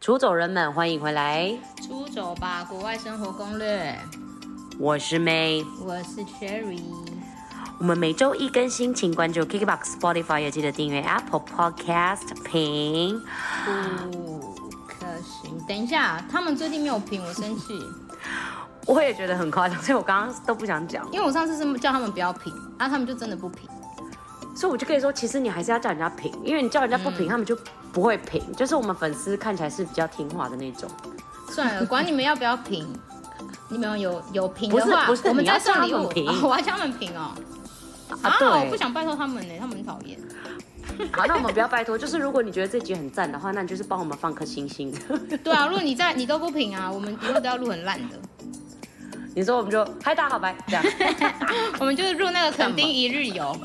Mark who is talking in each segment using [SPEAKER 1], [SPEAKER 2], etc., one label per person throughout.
[SPEAKER 1] 出走人们，欢迎回来！
[SPEAKER 2] 出走吧，国外生活攻略。
[SPEAKER 1] 我是 May，
[SPEAKER 2] 我是 Cherry。
[SPEAKER 1] 我们每周一更新，请关注 KKBOX、Spotify，也记得订阅 Apple Podcast 评。
[SPEAKER 2] 不可行，等一下，他们最近没有评，我生 气，
[SPEAKER 1] 我也觉得很夸张，所以我刚刚都不想讲，
[SPEAKER 2] 因为我上次是叫他们不要评，然、后他们就真的不评。
[SPEAKER 1] 所以我就跟你说，其实你还是要叫人家评，因为你叫人家不评，他们就不会评。就是我们粉丝看起来是比较听话的那种，
[SPEAKER 2] 算了，管你们要不要评， 你们有有评
[SPEAKER 1] 不
[SPEAKER 2] 的
[SPEAKER 1] 是
[SPEAKER 2] 话，
[SPEAKER 1] 不是
[SPEAKER 2] 我们
[SPEAKER 1] 你要
[SPEAKER 2] 再送
[SPEAKER 1] 叫他
[SPEAKER 2] 礼
[SPEAKER 1] 们
[SPEAKER 2] 物。
[SPEAKER 1] 评
[SPEAKER 2] 哦我要叫他们评哦。
[SPEAKER 1] 啊对
[SPEAKER 2] 我不想拜托他们呢，他们很讨厌。
[SPEAKER 1] 好，那我们不要拜托，就是如果你觉得这集很赞的话，那你就是帮我们放颗星星。
[SPEAKER 2] 对啊，如果你在你都不评啊，我们一路都要录很烂的，
[SPEAKER 1] 你说我们就嗨大家好白这样，
[SPEAKER 2] 我们就是录那个垦丁一日 游。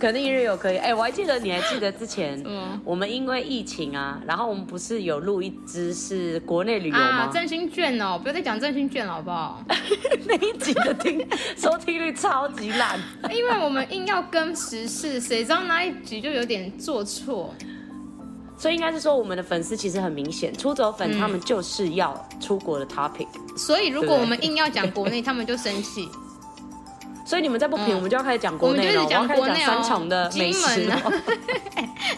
[SPEAKER 1] 肯定一日游可以。哎、我还 记得，你还记得之前，
[SPEAKER 2] 嗯
[SPEAKER 1] 我们因为疫情啊，然后我们不是有录一支是国内旅游
[SPEAKER 2] 啊，
[SPEAKER 1] 吗？
[SPEAKER 2] 振兴券哦，不要再讲振兴券了，好不好？
[SPEAKER 1] 那一集的听收听率超级烂，
[SPEAKER 2] 因为我们硬要跟时事，谁知道那一集就有点做错。
[SPEAKER 1] 所以应该是说我们的粉丝其实很明显，出走
[SPEAKER 2] 嗯
[SPEAKER 1] 粉他们就是要出国的 topic，、
[SPEAKER 2] 所以如
[SPEAKER 1] 对
[SPEAKER 2] 果我们硬要讲 国内，他们就生气。
[SPEAKER 1] 所以你们再不评，
[SPEAKER 2] 嗯
[SPEAKER 1] 我们就要开始讲
[SPEAKER 2] 我
[SPEAKER 1] 国
[SPEAKER 2] 们就
[SPEAKER 1] 内了，
[SPEAKER 2] 是
[SPEAKER 1] 我要
[SPEAKER 2] 讲
[SPEAKER 1] 开始
[SPEAKER 2] 国
[SPEAKER 1] 讲
[SPEAKER 2] 内哦，
[SPEAKER 1] 三重的美食
[SPEAKER 2] 金门
[SPEAKER 1] 了
[SPEAKER 2] 啊。。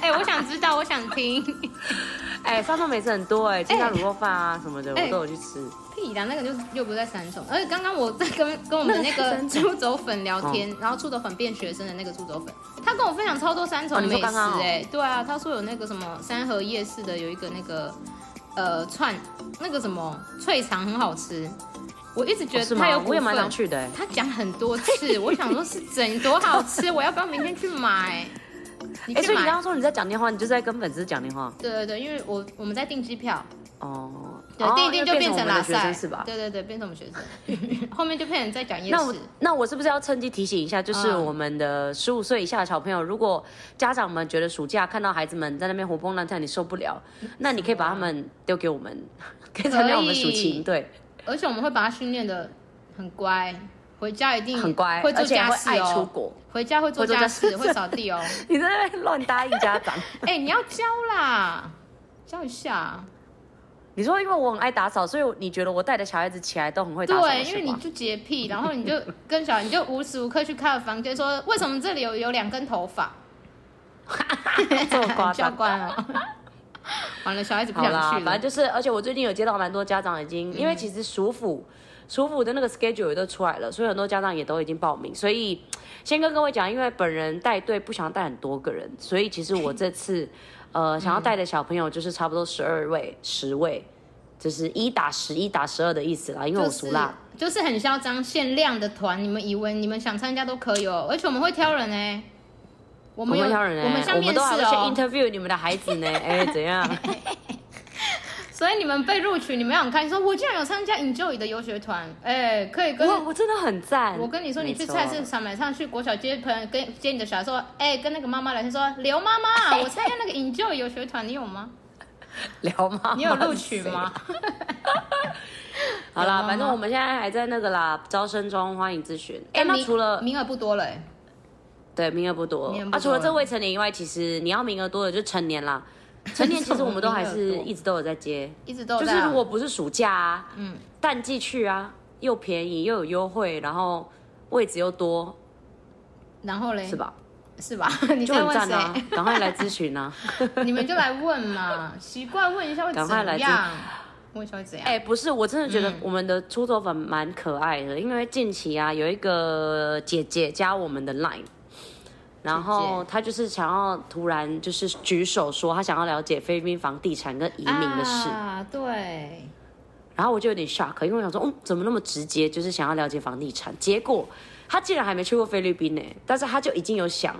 [SPEAKER 2] 哎、我想知道，我想听。
[SPEAKER 1] 哎、三重美食很多哎、金沙卤肉饭啊什么的，
[SPEAKER 2] 哎
[SPEAKER 1] 我都有去吃。
[SPEAKER 2] 屁啦，那个就又不在三重，而且刚刚我在跟跟我们那个
[SPEAKER 1] 那是三重
[SPEAKER 2] 出走粉聊
[SPEAKER 1] 嗯
[SPEAKER 2] 天，然后出走粉变学生的那个出走粉，他跟我分享超多三重
[SPEAKER 1] 哦你说
[SPEAKER 2] 美食
[SPEAKER 1] 刚刚哦
[SPEAKER 2] 哎、对啊，他说有那个什么三河夜市的有一个那个呃串那个什么脆肠很好吃，我一直觉
[SPEAKER 1] 哦是
[SPEAKER 2] 得
[SPEAKER 1] 吗
[SPEAKER 2] 他有？股
[SPEAKER 1] 我也蛮
[SPEAKER 2] 份
[SPEAKER 1] 想去的哎、
[SPEAKER 2] 他讲很多次，我想说是整多好吃，我要不要明天去 买？你
[SPEAKER 1] 哎、
[SPEAKER 2] 去
[SPEAKER 1] 所以你
[SPEAKER 2] 买。
[SPEAKER 1] 刚刚说你在讲电话，你就是在跟粉丝讲电话
[SPEAKER 2] 对对对，因为我我们在订机票，
[SPEAKER 1] 哦。
[SPEAKER 2] 对，
[SPEAKER 1] 哦
[SPEAKER 2] 订一订
[SPEAKER 1] 因为
[SPEAKER 2] 就
[SPEAKER 1] 变
[SPEAKER 2] 成
[SPEAKER 1] 我们
[SPEAKER 2] 拉
[SPEAKER 1] 的学
[SPEAKER 2] 塞，
[SPEAKER 1] 生是吧？
[SPEAKER 2] 对对对，变成我们学生， 后面就变成在讲夜
[SPEAKER 1] 那我
[SPEAKER 2] 市。
[SPEAKER 1] 那我是不是要趁机提醒一下，就是
[SPEAKER 2] 嗯
[SPEAKER 1] 我们的十五岁以下的小朋友，如果家长们觉得暑假看到孩子们在那边活蹦乱跳，你受不了，
[SPEAKER 2] 嗯
[SPEAKER 1] 那你可以把
[SPEAKER 2] 啊
[SPEAKER 1] 他们丢给我们，可以参加我们暑期营队，
[SPEAKER 2] 而且我们会把他训练的很乖，回家一定
[SPEAKER 1] 很乖，
[SPEAKER 2] 会做
[SPEAKER 1] 而且
[SPEAKER 2] 家
[SPEAKER 1] 会
[SPEAKER 2] 事
[SPEAKER 1] 爱出
[SPEAKER 2] 哦，
[SPEAKER 1] 国。
[SPEAKER 2] 回家会做
[SPEAKER 1] 会做家
[SPEAKER 2] 家事，
[SPEAKER 1] 事
[SPEAKER 2] 会 扫地哦。
[SPEAKER 1] 你在那边乱答应家长，
[SPEAKER 2] 哎，你要教啦，教一下。
[SPEAKER 1] 你说因为我很爱打扫，所以你觉得我带的小孩子起来都很会打扫，
[SPEAKER 2] 对，因为
[SPEAKER 1] 是
[SPEAKER 2] 你
[SPEAKER 1] 吗
[SPEAKER 2] 就洁癖，然后你就跟小孩，你就无时无刻去看房间，说为什么这里有有两根头发？
[SPEAKER 1] 这么夸
[SPEAKER 2] 教
[SPEAKER 1] 张。
[SPEAKER 2] 官哦。完了，小孩子不
[SPEAKER 1] 好啦
[SPEAKER 2] 想，去
[SPEAKER 1] 反正
[SPEAKER 2] 了。嗯
[SPEAKER 1] 就是，而且我最近有接到蛮多家长已经，因为其实暑辅暑辅的那个 schedule 也都出来了，所以很多家长也都已经报名。所以先跟各位讲，因为本人带队不想带很多个人，所以其实我这次
[SPEAKER 2] 嗯
[SPEAKER 1] 呃想要带的小朋友就是差不多十二位、十位，就是一打十、一打十二的意思啦，因为我
[SPEAKER 2] 就是
[SPEAKER 1] 熟啦。
[SPEAKER 2] 就是很嚣张限量的团，你们以为你们想参加都可以哦，而且我们会挑人哎，我
[SPEAKER 1] 我
[SPEAKER 2] 们有
[SPEAKER 1] 们挑人、欸，
[SPEAKER 2] 我们像面试
[SPEAKER 1] 都还会去
[SPEAKER 2] 哦，
[SPEAKER 1] interview 你们的孩子呢，哎、怎 样？
[SPEAKER 2] 所以你们被录取，你们要很开心，说我竟然有参加 Enjoy 的游学团，哎，可以跟。
[SPEAKER 1] 我我真的很赞。
[SPEAKER 2] 我跟你说，你去
[SPEAKER 1] 没错
[SPEAKER 2] 菜市场买上去，国小接朋友跟接你的小孩说，哎、跟那个妈妈聊天说，刘妈 妈，我参加那个 Enjoy 游学团，你有吗？
[SPEAKER 1] 聊吗？
[SPEAKER 2] 你有录取吗？
[SPEAKER 1] 好啦，
[SPEAKER 2] 有吗
[SPEAKER 1] 反正我们现在还在那个啦，招生中，欢迎咨询。 哎、
[SPEAKER 2] 但
[SPEAKER 1] 那
[SPEAKER 2] 名
[SPEAKER 1] 除了
[SPEAKER 2] 名额不多了、哎
[SPEAKER 1] 对名额不多，
[SPEAKER 2] 名额不
[SPEAKER 1] 啊，
[SPEAKER 2] 多
[SPEAKER 1] 除了这
[SPEAKER 2] 了
[SPEAKER 1] 未成年以外，其实你要名额多的就成年 啦。成年其实我们都还
[SPEAKER 2] 什么
[SPEAKER 1] 是
[SPEAKER 2] 名额多
[SPEAKER 1] 一直都有在 接，
[SPEAKER 2] 一直都有
[SPEAKER 1] 就
[SPEAKER 2] 在
[SPEAKER 1] 是
[SPEAKER 2] 啊
[SPEAKER 1] 如果不是暑假啊，
[SPEAKER 2] 嗯，
[SPEAKER 1] 淡季去啊，又便宜又有优惠，然后位置又多，
[SPEAKER 2] 然后嘞，
[SPEAKER 1] 是？吧？
[SPEAKER 2] 是 吧？你
[SPEAKER 1] 就
[SPEAKER 2] 在
[SPEAKER 1] 很
[SPEAKER 2] 问
[SPEAKER 1] 赞
[SPEAKER 2] 谁？
[SPEAKER 1] 啊！赶快来咨询啊！
[SPEAKER 2] 你们就来问嘛，奇怪问一下会怎
[SPEAKER 1] 赶快来
[SPEAKER 2] 么样？问一下会怎样？
[SPEAKER 1] 哎、不是，我真的觉得我们的出走粉蛮可爱的，因为近期啊有一个姐姐加我们的 Line，然后她就是想要突然就是举手说她想要了解菲律宾房地产跟移民的事，
[SPEAKER 2] 啊，对，
[SPEAKER 1] 然后我就有点 shock，因为我想说，嗯，怎么那么直接，就是想要了解房地产，结果她竟然还没去过菲律宾呢、但是她就已经有想，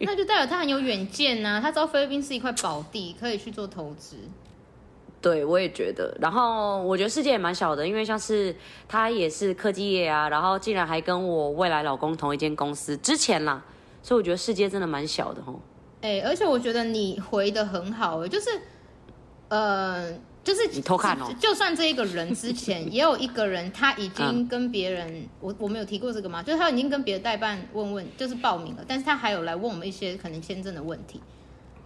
[SPEAKER 2] 那就代表他很有远见呐、他知道菲律宾是一块宝地，可以去做投资。
[SPEAKER 1] 对，我也觉得。然后我觉得世界也蛮小的，因为像是他也是科技业啊，然后竟然还跟我未来老公同一间公司，之前啦，所以我觉得世界真的蛮小的哦。
[SPEAKER 2] 哎、而且我觉得你回的很好、哎，就是，呃，就是
[SPEAKER 1] 你偷看哦
[SPEAKER 2] 就就算这一个人之前也有一个人，他已
[SPEAKER 1] 嗯
[SPEAKER 2] 经跟别人，我我们有提过这个吗？就是他已经跟别的代办问问，就是报名了，但是他还有来问我们一些可能签证的问题。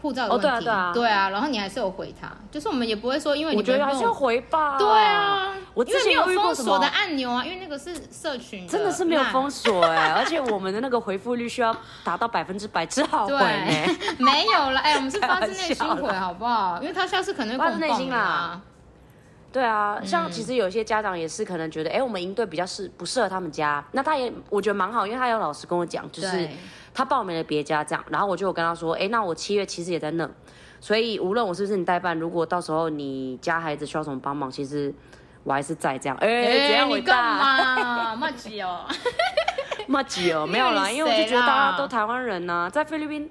[SPEAKER 2] 护照的问题，
[SPEAKER 1] 哦对啊对啊
[SPEAKER 2] 然后你还是有回他，就是我们也不会说因为你
[SPEAKER 1] 我觉得
[SPEAKER 2] 们
[SPEAKER 1] 还
[SPEAKER 2] 跟
[SPEAKER 1] 是要回吧。
[SPEAKER 2] 对，啊，
[SPEAKER 1] 我
[SPEAKER 2] 因为
[SPEAKER 1] 之前
[SPEAKER 2] 没有
[SPEAKER 1] 有遇
[SPEAKER 2] 封
[SPEAKER 1] 过什
[SPEAKER 2] 锁
[SPEAKER 1] 么
[SPEAKER 2] 的按钮啊，因为那个是社群，
[SPEAKER 1] 真的是没有封锁哎、而且我们的那个回复率需要达到百分之百，只好回呢、
[SPEAKER 2] 对，没有了。哎、我们是发自内心
[SPEAKER 1] 开玩笑
[SPEAKER 2] 回，好不好？因为他下次可能会
[SPEAKER 1] 发自内
[SPEAKER 2] 公放
[SPEAKER 1] 心
[SPEAKER 2] 的啊
[SPEAKER 1] 啦。对啊，像其实有些家长也是可能觉得，哎、我们营队比较适不适合他们家，那他也我觉得蛮好，因为他有老师跟我讲，就是
[SPEAKER 2] 对，
[SPEAKER 1] 他报名了别家这样，然后我就有跟他说，哎、那我七月其实也在那，所以无论我是不是你代办，如果到时候你家孩子需要什么帮忙，其实我还是在这样，哎、怎样
[SPEAKER 2] 你
[SPEAKER 1] 伟
[SPEAKER 2] 干
[SPEAKER 1] 大？
[SPEAKER 2] 嘛？ 骂 鸡哦，
[SPEAKER 1] 骂吉哦，没有啦，
[SPEAKER 2] 你
[SPEAKER 1] 因为我就觉
[SPEAKER 2] 谁啦
[SPEAKER 1] 得大家都台湾人呐、在菲律宾，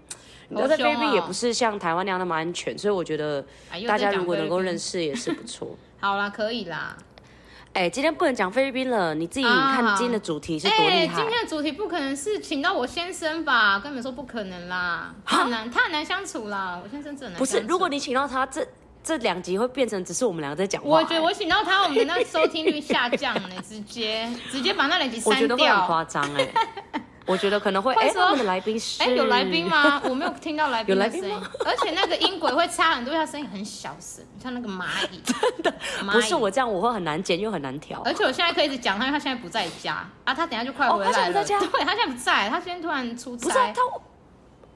[SPEAKER 1] 你知道
[SPEAKER 2] 好
[SPEAKER 1] 在
[SPEAKER 2] 凶
[SPEAKER 1] 菲律宾也
[SPEAKER 2] 哦
[SPEAKER 1] 不是像台湾那样那么安全，所以我觉得
[SPEAKER 2] 哎又
[SPEAKER 1] 大
[SPEAKER 2] 在
[SPEAKER 1] 家
[SPEAKER 2] 讲
[SPEAKER 1] 如果
[SPEAKER 2] 菲律
[SPEAKER 1] 能够
[SPEAKER 2] 宾
[SPEAKER 1] 认识也是不 错。
[SPEAKER 2] 好啦，可以啦。
[SPEAKER 1] 哎、今天不能讲菲律宾了，你自己
[SPEAKER 2] 啊
[SPEAKER 1] 看今天的主题是多厉害
[SPEAKER 2] 哎今。天的主题不可能是请到我先生吧？跟你们说不可能啦，他很难，他很难相处啦。我先生真的很难
[SPEAKER 1] 不是
[SPEAKER 2] 相，处
[SPEAKER 1] 如果你请到他，这这两集会变成只是我们两个在讲话、
[SPEAKER 2] 我觉得我请到他，我们的那收听率下降 了，直接直接把那两集
[SPEAKER 1] 我
[SPEAKER 2] 删
[SPEAKER 1] 觉得会很
[SPEAKER 2] 掉。
[SPEAKER 1] 夸张哎、 我觉得可能会
[SPEAKER 2] 会
[SPEAKER 1] 哎、
[SPEAKER 2] 说
[SPEAKER 1] 他们的来宾是
[SPEAKER 2] 哎，有来宾？ 吗？我没有听到来宾
[SPEAKER 1] 有
[SPEAKER 2] 的
[SPEAKER 1] 来
[SPEAKER 2] 声
[SPEAKER 1] 宾
[SPEAKER 2] 音，而且那个音轨会差很多，因为它声音很小声，像那个蚂 蚁。真的，
[SPEAKER 1] 不是我这样，我会很难剪又很难调。
[SPEAKER 2] 而且我现在可以一直讲他，因为他现在不在家啊，他等一下就快回来了。
[SPEAKER 1] 哦他现在不在家
[SPEAKER 2] 对他现在不在，他今天突然出差。
[SPEAKER 1] 不是、啊、他，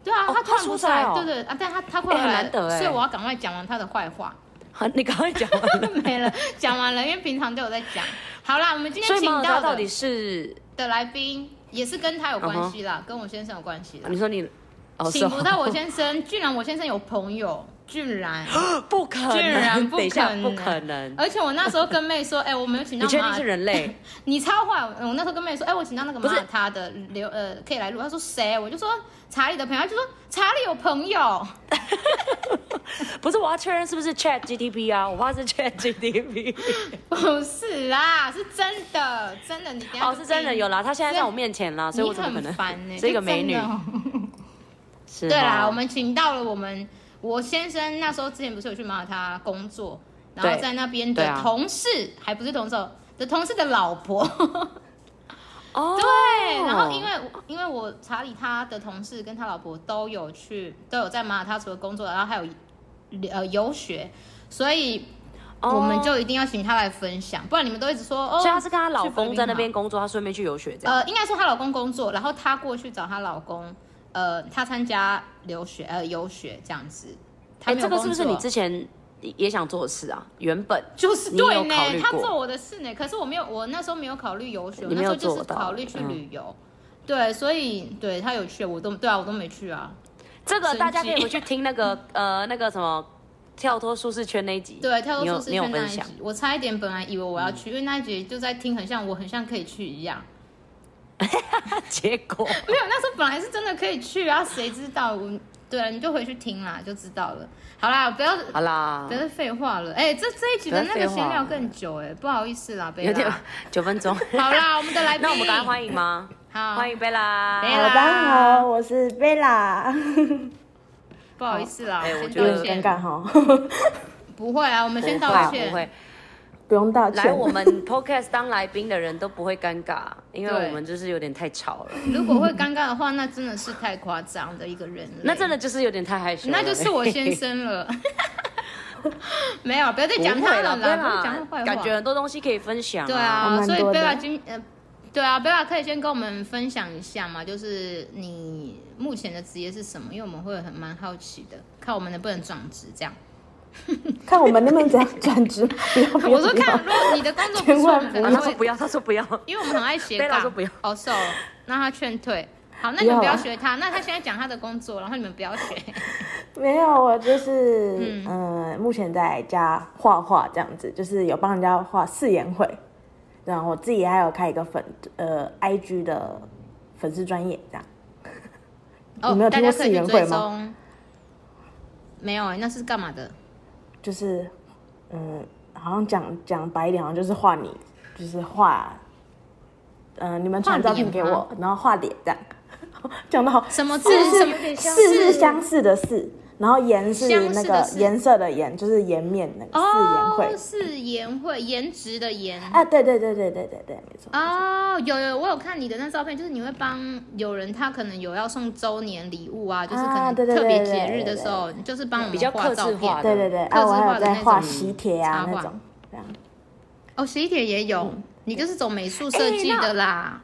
[SPEAKER 2] 对啊，
[SPEAKER 1] 哦
[SPEAKER 2] 他突然不在，
[SPEAKER 1] 他出差哦
[SPEAKER 2] 对对啊，但他他快回来
[SPEAKER 1] 哎
[SPEAKER 2] 了，
[SPEAKER 1] 很难得哎
[SPEAKER 2] 所以我要赶快讲完他的坏话。
[SPEAKER 1] 好 你赶快讲完了。
[SPEAKER 2] 没了，讲完了，因为平常都有在讲。好啦，我们今
[SPEAKER 1] 所
[SPEAKER 2] 天
[SPEAKER 1] 以
[SPEAKER 2] 请
[SPEAKER 1] 马耳
[SPEAKER 2] 到
[SPEAKER 1] 他到底
[SPEAKER 2] 的
[SPEAKER 1] 是
[SPEAKER 2] 的来宾也是跟他有关系啦跟我先生有关系啦。
[SPEAKER 1] 你说你嗯哦，是
[SPEAKER 2] 请
[SPEAKER 1] 哦
[SPEAKER 2] 不到我先生，居然我先生有朋友，居然，
[SPEAKER 1] 不可能，
[SPEAKER 2] 居然 不
[SPEAKER 1] 等一下
[SPEAKER 2] 可能
[SPEAKER 1] 不可能。
[SPEAKER 2] 而且我那时候跟妹说，哎、我没有请到
[SPEAKER 1] 你确定
[SPEAKER 2] 马
[SPEAKER 1] 是人类？
[SPEAKER 2] 你超坏！我我那时候跟妹说，哎、我请到那个
[SPEAKER 1] 不是
[SPEAKER 2] 马他的刘呃，可以来录。她说谁？我就说查理的朋友，她就说查理有朋友。
[SPEAKER 1] 不是，我要确认是不是 Chat GTP 啊？我怕是 Chat GTP。
[SPEAKER 2] 不是啦，是真的，真 的，你等一下
[SPEAKER 1] 哦，
[SPEAKER 2] 就是
[SPEAKER 1] 真的
[SPEAKER 2] 逼
[SPEAKER 1] 有啦，他现在在我面前啦，所以我
[SPEAKER 2] 你
[SPEAKER 1] 怎么可
[SPEAKER 2] 很
[SPEAKER 1] 能？
[SPEAKER 2] 烦呢、
[SPEAKER 1] 是一个美女哦
[SPEAKER 2] 就真的哦
[SPEAKER 1] 是
[SPEAKER 2] 对
[SPEAKER 1] 吗
[SPEAKER 2] 啦，我们请到了我们我先生那时候之前不是有去马耳他工作，然后
[SPEAKER 1] 对
[SPEAKER 2] 在那边
[SPEAKER 1] 对
[SPEAKER 2] 的
[SPEAKER 1] 啊
[SPEAKER 2] 同事、还不是同事哦的同事的老婆，
[SPEAKER 1] 哦，
[SPEAKER 2] 对，然后因为因为我查理他的同事跟他老婆都有去都有在马耳他除了工作，然后还有呃游学，所以
[SPEAKER 1] 哦
[SPEAKER 2] 我们就一定要请他来分享，不然你们都一直说哦，
[SPEAKER 1] 所以她是跟她老
[SPEAKER 2] 去菲
[SPEAKER 1] 公
[SPEAKER 2] 律宾
[SPEAKER 1] 在那
[SPEAKER 2] 好
[SPEAKER 1] 边工作，她顺便去游学这样。
[SPEAKER 2] 呃，应该说她老公工作，然后她过去找她老公，呃，她参加留学呃游学这样子。她
[SPEAKER 1] 哎，
[SPEAKER 2] 没有
[SPEAKER 1] 这个是不是
[SPEAKER 2] 工
[SPEAKER 1] 你
[SPEAKER 2] 作啊
[SPEAKER 1] 之前也想做的事啊？原本
[SPEAKER 2] 就是
[SPEAKER 1] 你有
[SPEAKER 2] 对
[SPEAKER 1] 考虑
[SPEAKER 2] 呢？她
[SPEAKER 1] 过
[SPEAKER 2] 做我的事呢，可是我没有，我那时候没有考虑游学，我
[SPEAKER 1] 你没
[SPEAKER 2] 那时
[SPEAKER 1] 有
[SPEAKER 2] 候就是
[SPEAKER 1] 做到
[SPEAKER 2] 考虑去
[SPEAKER 1] 嗯
[SPEAKER 2] 旅游。对，所以对她有去，我都对啊，我都没去啊。
[SPEAKER 1] 这
[SPEAKER 2] 生
[SPEAKER 1] 个
[SPEAKER 2] 气
[SPEAKER 1] 大家可以回去听那 个呃那个什么跳脱舒适圈那一集。
[SPEAKER 2] 对，跳
[SPEAKER 1] 你
[SPEAKER 2] 脱
[SPEAKER 1] 有
[SPEAKER 2] 舒适
[SPEAKER 1] 你有
[SPEAKER 2] 圈那
[SPEAKER 1] 分
[SPEAKER 2] 一集
[SPEAKER 1] 享，， 嗯
[SPEAKER 2] 我差一点本来以为我要去，因为那一集就在听，很像我很像可以去一样。
[SPEAKER 1] 结果
[SPEAKER 2] 没有，那时候本来是真的可以去啊，谁知道？我对啊，你就回去听啦，就知道了。好啦，不要
[SPEAKER 1] 好啦
[SPEAKER 2] 不，要再废话了，哎、这这一集的那个闲聊更久、哎，不好意思啦，贝
[SPEAKER 1] 有点
[SPEAKER 2] 拉。
[SPEAKER 1] 九分 钟。
[SPEAKER 2] 好啦，我们的来宾，
[SPEAKER 1] 那我们赶快欢迎吗？
[SPEAKER 2] 好，
[SPEAKER 1] 欢迎贝拉。
[SPEAKER 2] 贝
[SPEAKER 3] 好，
[SPEAKER 2] 拉
[SPEAKER 3] 大家好，我是贝拉，
[SPEAKER 2] 不好意思啦，
[SPEAKER 1] 哎
[SPEAKER 2] 我
[SPEAKER 1] 我
[SPEAKER 2] 们
[SPEAKER 1] 觉
[SPEAKER 3] 有
[SPEAKER 1] 得
[SPEAKER 2] 先
[SPEAKER 3] 点
[SPEAKER 2] 道
[SPEAKER 3] 尴
[SPEAKER 2] 歉，
[SPEAKER 3] 尬哈，
[SPEAKER 2] 不会啊，我们先
[SPEAKER 1] 不
[SPEAKER 2] 道
[SPEAKER 1] 会不
[SPEAKER 2] 歉，
[SPEAKER 1] 会，
[SPEAKER 3] 不用道歉。
[SPEAKER 1] 来我们 podcast 当来宾的人都不会尴尬，因为
[SPEAKER 2] 对
[SPEAKER 1] 我们就是有点太吵了，
[SPEAKER 2] 如果会尴尬的话，那真的是太夸张的一个人类
[SPEAKER 1] 那真的就是有点太害羞了。
[SPEAKER 2] 那就是我 先生了。 没有，不要再
[SPEAKER 1] 不
[SPEAKER 2] 讲他
[SPEAKER 1] 会
[SPEAKER 2] 了
[SPEAKER 1] 啦，
[SPEAKER 2] 啦，
[SPEAKER 1] 不会
[SPEAKER 2] 不要
[SPEAKER 1] 啦
[SPEAKER 2] 讲他坏话。
[SPEAKER 1] 感觉很多东西可以分享。
[SPEAKER 2] 对
[SPEAKER 3] 还
[SPEAKER 2] 啊，
[SPEAKER 3] 蛮
[SPEAKER 2] 所以
[SPEAKER 3] 多的
[SPEAKER 2] 贝拉今呃，对啊，贝拉可以先跟我们分享一下嘛，就是你目前的职业是什么？因为我们会很蛮好奇的，看我们能不能转职这样。
[SPEAKER 3] 看我们能不能转转职，不要不要
[SPEAKER 2] 我说
[SPEAKER 3] 不要
[SPEAKER 2] 看，如果你的工作不错，我们可
[SPEAKER 1] 啊
[SPEAKER 2] 能
[SPEAKER 1] 他说
[SPEAKER 2] 会，
[SPEAKER 1] 不要，他说不要。
[SPEAKER 2] 因为我们很爱斜
[SPEAKER 1] 贝拉
[SPEAKER 2] 杠。
[SPEAKER 1] 说不要
[SPEAKER 2] 哦，瘦了，那他劝退。好，那你们不
[SPEAKER 3] 不要
[SPEAKER 2] 要
[SPEAKER 3] 啊
[SPEAKER 2] 学他。那他现在讲他的工作，然后你们不要学。
[SPEAKER 3] 没有，我就是嗯、呃目前在家画画这样子，就是有帮人家画四眼会，然后我自己还有开一个粉呃 IG 的粉丝专业这样。
[SPEAKER 2] 哦
[SPEAKER 3] 你没，有
[SPEAKER 2] 大
[SPEAKER 3] 听
[SPEAKER 2] 家
[SPEAKER 3] 过
[SPEAKER 2] 可
[SPEAKER 3] 四
[SPEAKER 2] 以去
[SPEAKER 3] 元会
[SPEAKER 2] 追
[SPEAKER 3] 吗
[SPEAKER 2] 踪。没有哎、那是干嘛的？
[SPEAKER 3] 就是，嗯，好像讲讲白一点，好像就是画你，就是画，嗯、你们传
[SPEAKER 2] 画
[SPEAKER 3] 照
[SPEAKER 2] 脸
[SPEAKER 3] 片给
[SPEAKER 2] 吗
[SPEAKER 3] 我，然后画脸这样，讲的好
[SPEAKER 2] 什么字
[SPEAKER 3] 似是
[SPEAKER 2] 什么有点
[SPEAKER 3] 似是相似的似，然后颜是
[SPEAKER 2] 相似
[SPEAKER 3] 那
[SPEAKER 2] 的
[SPEAKER 3] 个
[SPEAKER 2] 是
[SPEAKER 3] 颜色的颜，就是颜面那个四颜
[SPEAKER 2] 哦
[SPEAKER 3] 会，。
[SPEAKER 2] 四颜会，颜值的颜。
[SPEAKER 3] 啊，对对对对对对对，没错。
[SPEAKER 2] 哦，有有，我有看你的那照片，就是你会帮有人，他可能有要送周年礼物啊，就是可能
[SPEAKER 3] 对对对
[SPEAKER 2] 特别
[SPEAKER 3] 对对
[SPEAKER 2] 节日
[SPEAKER 3] 对
[SPEAKER 2] 的时候，你就是帮我
[SPEAKER 1] 比
[SPEAKER 2] 们
[SPEAKER 1] 较
[SPEAKER 2] 画
[SPEAKER 1] 客
[SPEAKER 2] 照
[SPEAKER 1] 制化
[SPEAKER 2] 片。
[SPEAKER 1] 的
[SPEAKER 3] 对对对，
[SPEAKER 2] 刻
[SPEAKER 3] 啊，
[SPEAKER 2] 字
[SPEAKER 3] 我还
[SPEAKER 2] 化
[SPEAKER 3] 有
[SPEAKER 2] 的
[SPEAKER 3] 在
[SPEAKER 2] 那
[SPEAKER 3] 画
[SPEAKER 2] 种
[SPEAKER 3] 喜帖啊
[SPEAKER 2] 插
[SPEAKER 3] 那
[SPEAKER 2] 画
[SPEAKER 3] 种，这样。
[SPEAKER 2] 哦，喜帖也有，你就是走美术设计的啦。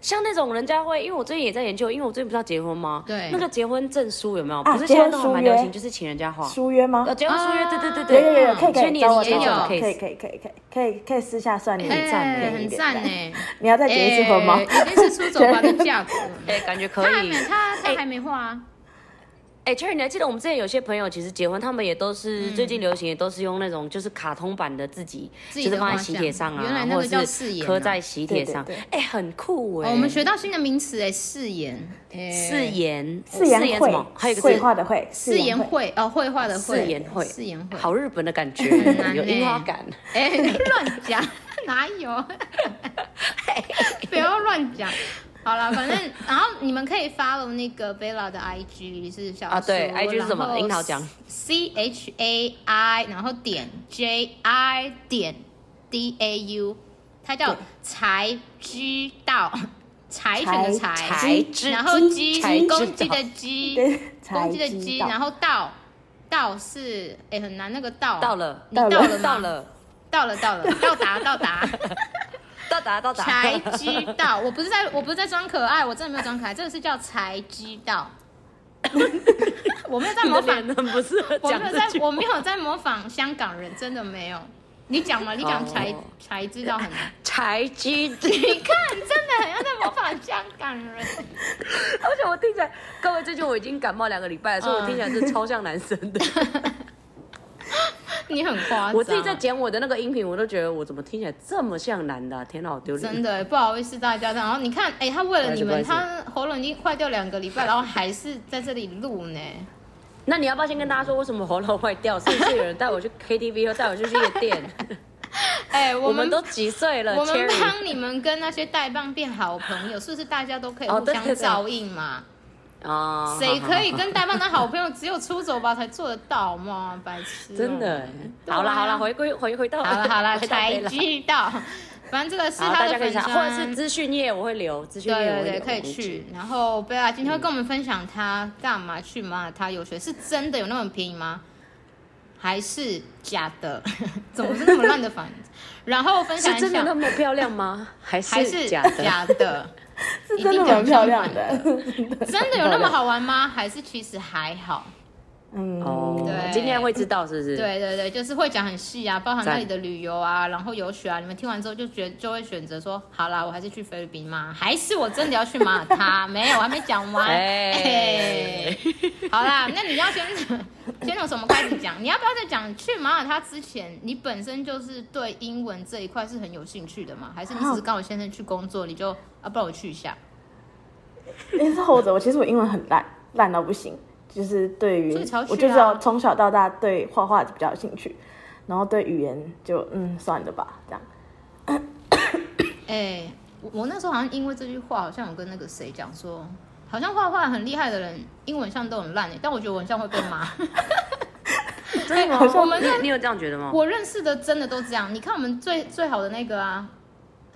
[SPEAKER 1] 像那种人家会，因为我最近也在研究，因为我最近不是要结婚吗？
[SPEAKER 2] 对
[SPEAKER 1] 那个结婚证书有没有？
[SPEAKER 3] 啊
[SPEAKER 1] 不是现在
[SPEAKER 3] 结
[SPEAKER 1] 都
[SPEAKER 3] 婚
[SPEAKER 1] 还蛮
[SPEAKER 3] 书约
[SPEAKER 1] 流行，就是请人家画。
[SPEAKER 3] 书约吗
[SPEAKER 1] 呃，？结婚书约，
[SPEAKER 2] 啊
[SPEAKER 1] 对对对
[SPEAKER 3] 有
[SPEAKER 1] 对，
[SPEAKER 3] 有有有，可以
[SPEAKER 1] 所以
[SPEAKER 3] 可以
[SPEAKER 1] 你
[SPEAKER 3] 找我
[SPEAKER 1] 也
[SPEAKER 3] 找
[SPEAKER 2] 也
[SPEAKER 3] 我，
[SPEAKER 1] 有
[SPEAKER 3] 可以
[SPEAKER 1] case，
[SPEAKER 3] 可以可以可以可以可以私下算你
[SPEAKER 1] 很
[SPEAKER 2] 哎
[SPEAKER 1] 赞哎
[SPEAKER 2] 很
[SPEAKER 3] 一点
[SPEAKER 2] 赞
[SPEAKER 3] 赞
[SPEAKER 2] 哎，
[SPEAKER 3] 你要再结一次婚吗
[SPEAKER 2] 哎？一定是出走吧的价格。
[SPEAKER 1] 哎，感觉可
[SPEAKER 2] 他
[SPEAKER 3] 啊
[SPEAKER 2] 还
[SPEAKER 1] 以
[SPEAKER 2] 没，。他他
[SPEAKER 1] 哎
[SPEAKER 2] 还没画啊。
[SPEAKER 1] 哎，Cherry，你还记得我们之前有些朋友其实结婚，他们也都是最近流行，也都是用那种就是卡通版的自己，
[SPEAKER 3] 嗯
[SPEAKER 2] 自己
[SPEAKER 1] 就
[SPEAKER 2] 的
[SPEAKER 1] 是放在
[SPEAKER 2] 画
[SPEAKER 1] 喜
[SPEAKER 2] 像
[SPEAKER 1] 帖上啊，
[SPEAKER 2] 原来那
[SPEAKER 1] 或
[SPEAKER 2] 个叫
[SPEAKER 1] 者
[SPEAKER 2] 誓
[SPEAKER 1] 是
[SPEAKER 2] 言
[SPEAKER 1] 刻
[SPEAKER 2] 哦
[SPEAKER 1] 在喜帖
[SPEAKER 3] 对对
[SPEAKER 1] 上
[SPEAKER 3] 对，
[SPEAKER 1] 哎，很酷哎。
[SPEAKER 2] 哦我们学到新的名词哎，誓言，哎
[SPEAKER 1] 誓言，
[SPEAKER 3] 四言
[SPEAKER 1] 言什
[SPEAKER 3] 会
[SPEAKER 1] 么？还有一个
[SPEAKER 3] 绘
[SPEAKER 1] 字，
[SPEAKER 3] 画的绘，四
[SPEAKER 2] 誓言会哦，绘画的绘，
[SPEAKER 1] 誓言会
[SPEAKER 2] 誓言会，
[SPEAKER 1] 好日本的感觉
[SPEAKER 2] 很
[SPEAKER 3] 嗯
[SPEAKER 2] 难，
[SPEAKER 1] 有樱花
[SPEAKER 2] 欸
[SPEAKER 1] 感。
[SPEAKER 2] 哎，乱讲，哪有？
[SPEAKER 1] 哎
[SPEAKER 2] 不要乱讲。好了，反正然后你们可以 follow 那个 Bella 的 IG 是小
[SPEAKER 1] 啊对
[SPEAKER 2] 苏
[SPEAKER 1] IG 是什么
[SPEAKER 2] 然后
[SPEAKER 1] 樱桃酱
[SPEAKER 2] C H A I，然后点 J I 点 D A U，它叫才知道， 柴犬的
[SPEAKER 3] 柴
[SPEAKER 1] 柴知
[SPEAKER 2] 然后鸡
[SPEAKER 1] 柴
[SPEAKER 2] 是
[SPEAKER 1] 知
[SPEAKER 2] 公鸡
[SPEAKER 1] 道
[SPEAKER 2] 的鸡，
[SPEAKER 3] 对，才
[SPEAKER 2] 公鸡的鸡，
[SPEAKER 3] 知
[SPEAKER 2] 然
[SPEAKER 3] 道。
[SPEAKER 2] 后到到是哎、很难那个到
[SPEAKER 1] 到了
[SPEAKER 2] 你到
[SPEAKER 3] 到
[SPEAKER 2] 了吗
[SPEAKER 1] 到了，
[SPEAKER 2] 到了到了到达到达
[SPEAKER 1] 到达到达，
[SPEAKER 2] 才知道，我不是在我不是在装可爱，我真的没有装可爱，这个是叫才知 道，我没有在
[SPEAKER 1] 你
[SPEAKER 2] 模
[SPEAKER 1] 的
[SPEAKER 2] 仿
[SPEAKER 1] 脸，很不适合
[SPEAKER 2] 我
[SPEAKER 1] 讲
[SPEAKER 2] 没有
[SPEAKER 1] 这
[SPEAKER 2] 在
[SPEAKER 1] 句。
[SPEAKER 2] 我没有在模仿香港人，真的没有。你讲嘛，你讲才
[SPEAKER 1] 哦
[SPEAKER 2] 才知道很难，
[SPEAKER 1] 才知道，
[SPEAKER 2] 你看真的很像在模仿香港人。
[SPEAKER 1] 而且我听起来，各位，这句我已经感冒两个礼拜了，所以
[SPEAKER 2] 嗯
[SPEAKER 1] 我听起来是超像男生 的。
[SPEAKER 2] 你很夸张，
[SPEAKER 1] 我自己在剪我的那个音频，我都觉得我怎么听起来这么像男的啊、天哪，好丢脸！
[SPEAKER 2] 真的欸不好意思大家，然后你看，哎、他为了你们，
[SPEAKER 1] 不好意
[SPEAKER 2] 他喉咙已经坏掉两个礼拜，然后还是在这里录呢。
[SPEAKER 1] 那你要不要先跟大家说为什么喉咙坏掉？是不是有人带 我去 KTV 或带我去夜店？
[SPEAKER 2] 哎、
[SPEAKER 1] 我
[SPEAKER 2] 我
[SPEAKER 1] 们都几岁了
[SPEAKER 2] 我们
[SPEAKER 1] ，Cherry？
[SPEAKER 2] 帮你们跟那些代棒变好朋友，是不是大家都可以
[SPEAKER 1] 哦
[SPEAKER 2] 互
[SPEAKER 1] 对对
[SPEAKER 2] 相
[SPEAKER 1] 对
[SPEAKER 2] 照应嘛？
[SPEAKER 1] 啊
[SPEAKER 2] 谁可以？
[SPEAKER 1] 好好好
[SPEAKER 2] 跟代棒当好朋友？只有出走吧才做得 到嘛，白痴 哦、
[SPEAKER 1] 真的欸，
[SPEAKER 2] 对啊
[SPEAKER 1] 好啦好啦，回归回回到
[SPEAKER 2] 好了好 了，
[SPEAKER 1] 回到
[SPEAKER 2] 才
[SPEAKER 1] 北啦
[SPEAKER 2] 知道。反正这个是
[SPEAKER 1] 好，
[SPEAKER 2] 他
[SPEAKER 1] 大
[SPEAKER 2] 的
[SPEAKER 1] 家可以
[SPEAKER 2] 粉
[SPEAKER 1] 查，
[SPEAKER 2] 专，
[SPEAKER 1] 或者是资讯业我会留，资讯
[SPEAKER 2] 对
[SPEAKER 1] 业我
[SPEAKER 2] 对
[SPEAKER 1] 会
[SPEAKER 2] 对，
[SPEAKER 1] 留
[SPEAKER 2] 可以。去。然后贝拉今天会跟我们分享他干嘛去马耳他游学，是真的有那么便宜吗？还是假的？ 怎么是那么烂的反应？然后分享
[SPEAKER 1] 是
[SPEAKER 2] 一
[SPEAKER 1] 真的那
[SPEAKER 2] 下，
[SPEAKER 1] 么漂亮 吗？还
[SPEAKER 2] 还是
[SPEAKER 1] 是假的？
[SPEAKER 2] 假 的？
[SPEAKER 3] 是
[SPEAKER 2] 一
[SPEAKER 3] 真
[SPEAKER 2] 定
[SPEAKER 3] 的
[SPEAKER 2] 有
[SPEAKER 3] 蛮漂
[SPEAKER 2] 充
[SPEAKER 3] 亮
[SPEAKER 2] 满
[SPEAKER 3] 的，
[SPEAKER 2] 真的有那么好玩吗？还是其实还好？
[SPEAKER 3] 嗯，
[SPEAKER 1] 哦
[SPEAKER 2] 对，
[SPEAKER 1] 今天会知道是不是？，
[SPEAKER 2] 对对对，就是会讲很细啊，包含
[SPEAKER 1] 赞
[SPEAKER 2] 那里的旅游啊，然后游学啊，你们听完之后就觉就会选择说，好啦，我还是去菲律宾吗？还是我真的要去马耳他？没有，我还没讲 完。
[SPEAKER 1] 哎
[SPEAKER 2] 嘿好啦，那你要先先从什么开始讲？你要不要再讲去马耳他之前，你本身就是对英文这一块是很有兴趣的吗？还是你只是刚好先生去工作，你就啊，不然我去一下？
[SPEAKER 3] 也是后者。我其实我英文很烂，烂到不行。就是对于
[SPEAKER 2] 所以才要，去
[SPEAKER 3] 我就
[SPEAKER 2] 啊
[SPEAKER 3] 知道从小到大对画画比较有兴趣，然后对语言就嗯算了吧，这样。
[SPEAKER 2] 哎、我我那时候好像因为这句话，好像有跟那个谁讲说，好像画画很厉害的人，英文像都很烂、欸、但我觉得我很像会被 骂。
[SPEAKER 1] 真的
[SPEAKER 3] 好
[SPEAKER 1] 吗？
[SPEAKER 3] 像
[SPEAKER 1] 我们你有这样觉得吗？
[SPEAKER 2] 我认识的真的都这样。你看我们最最好的那个啊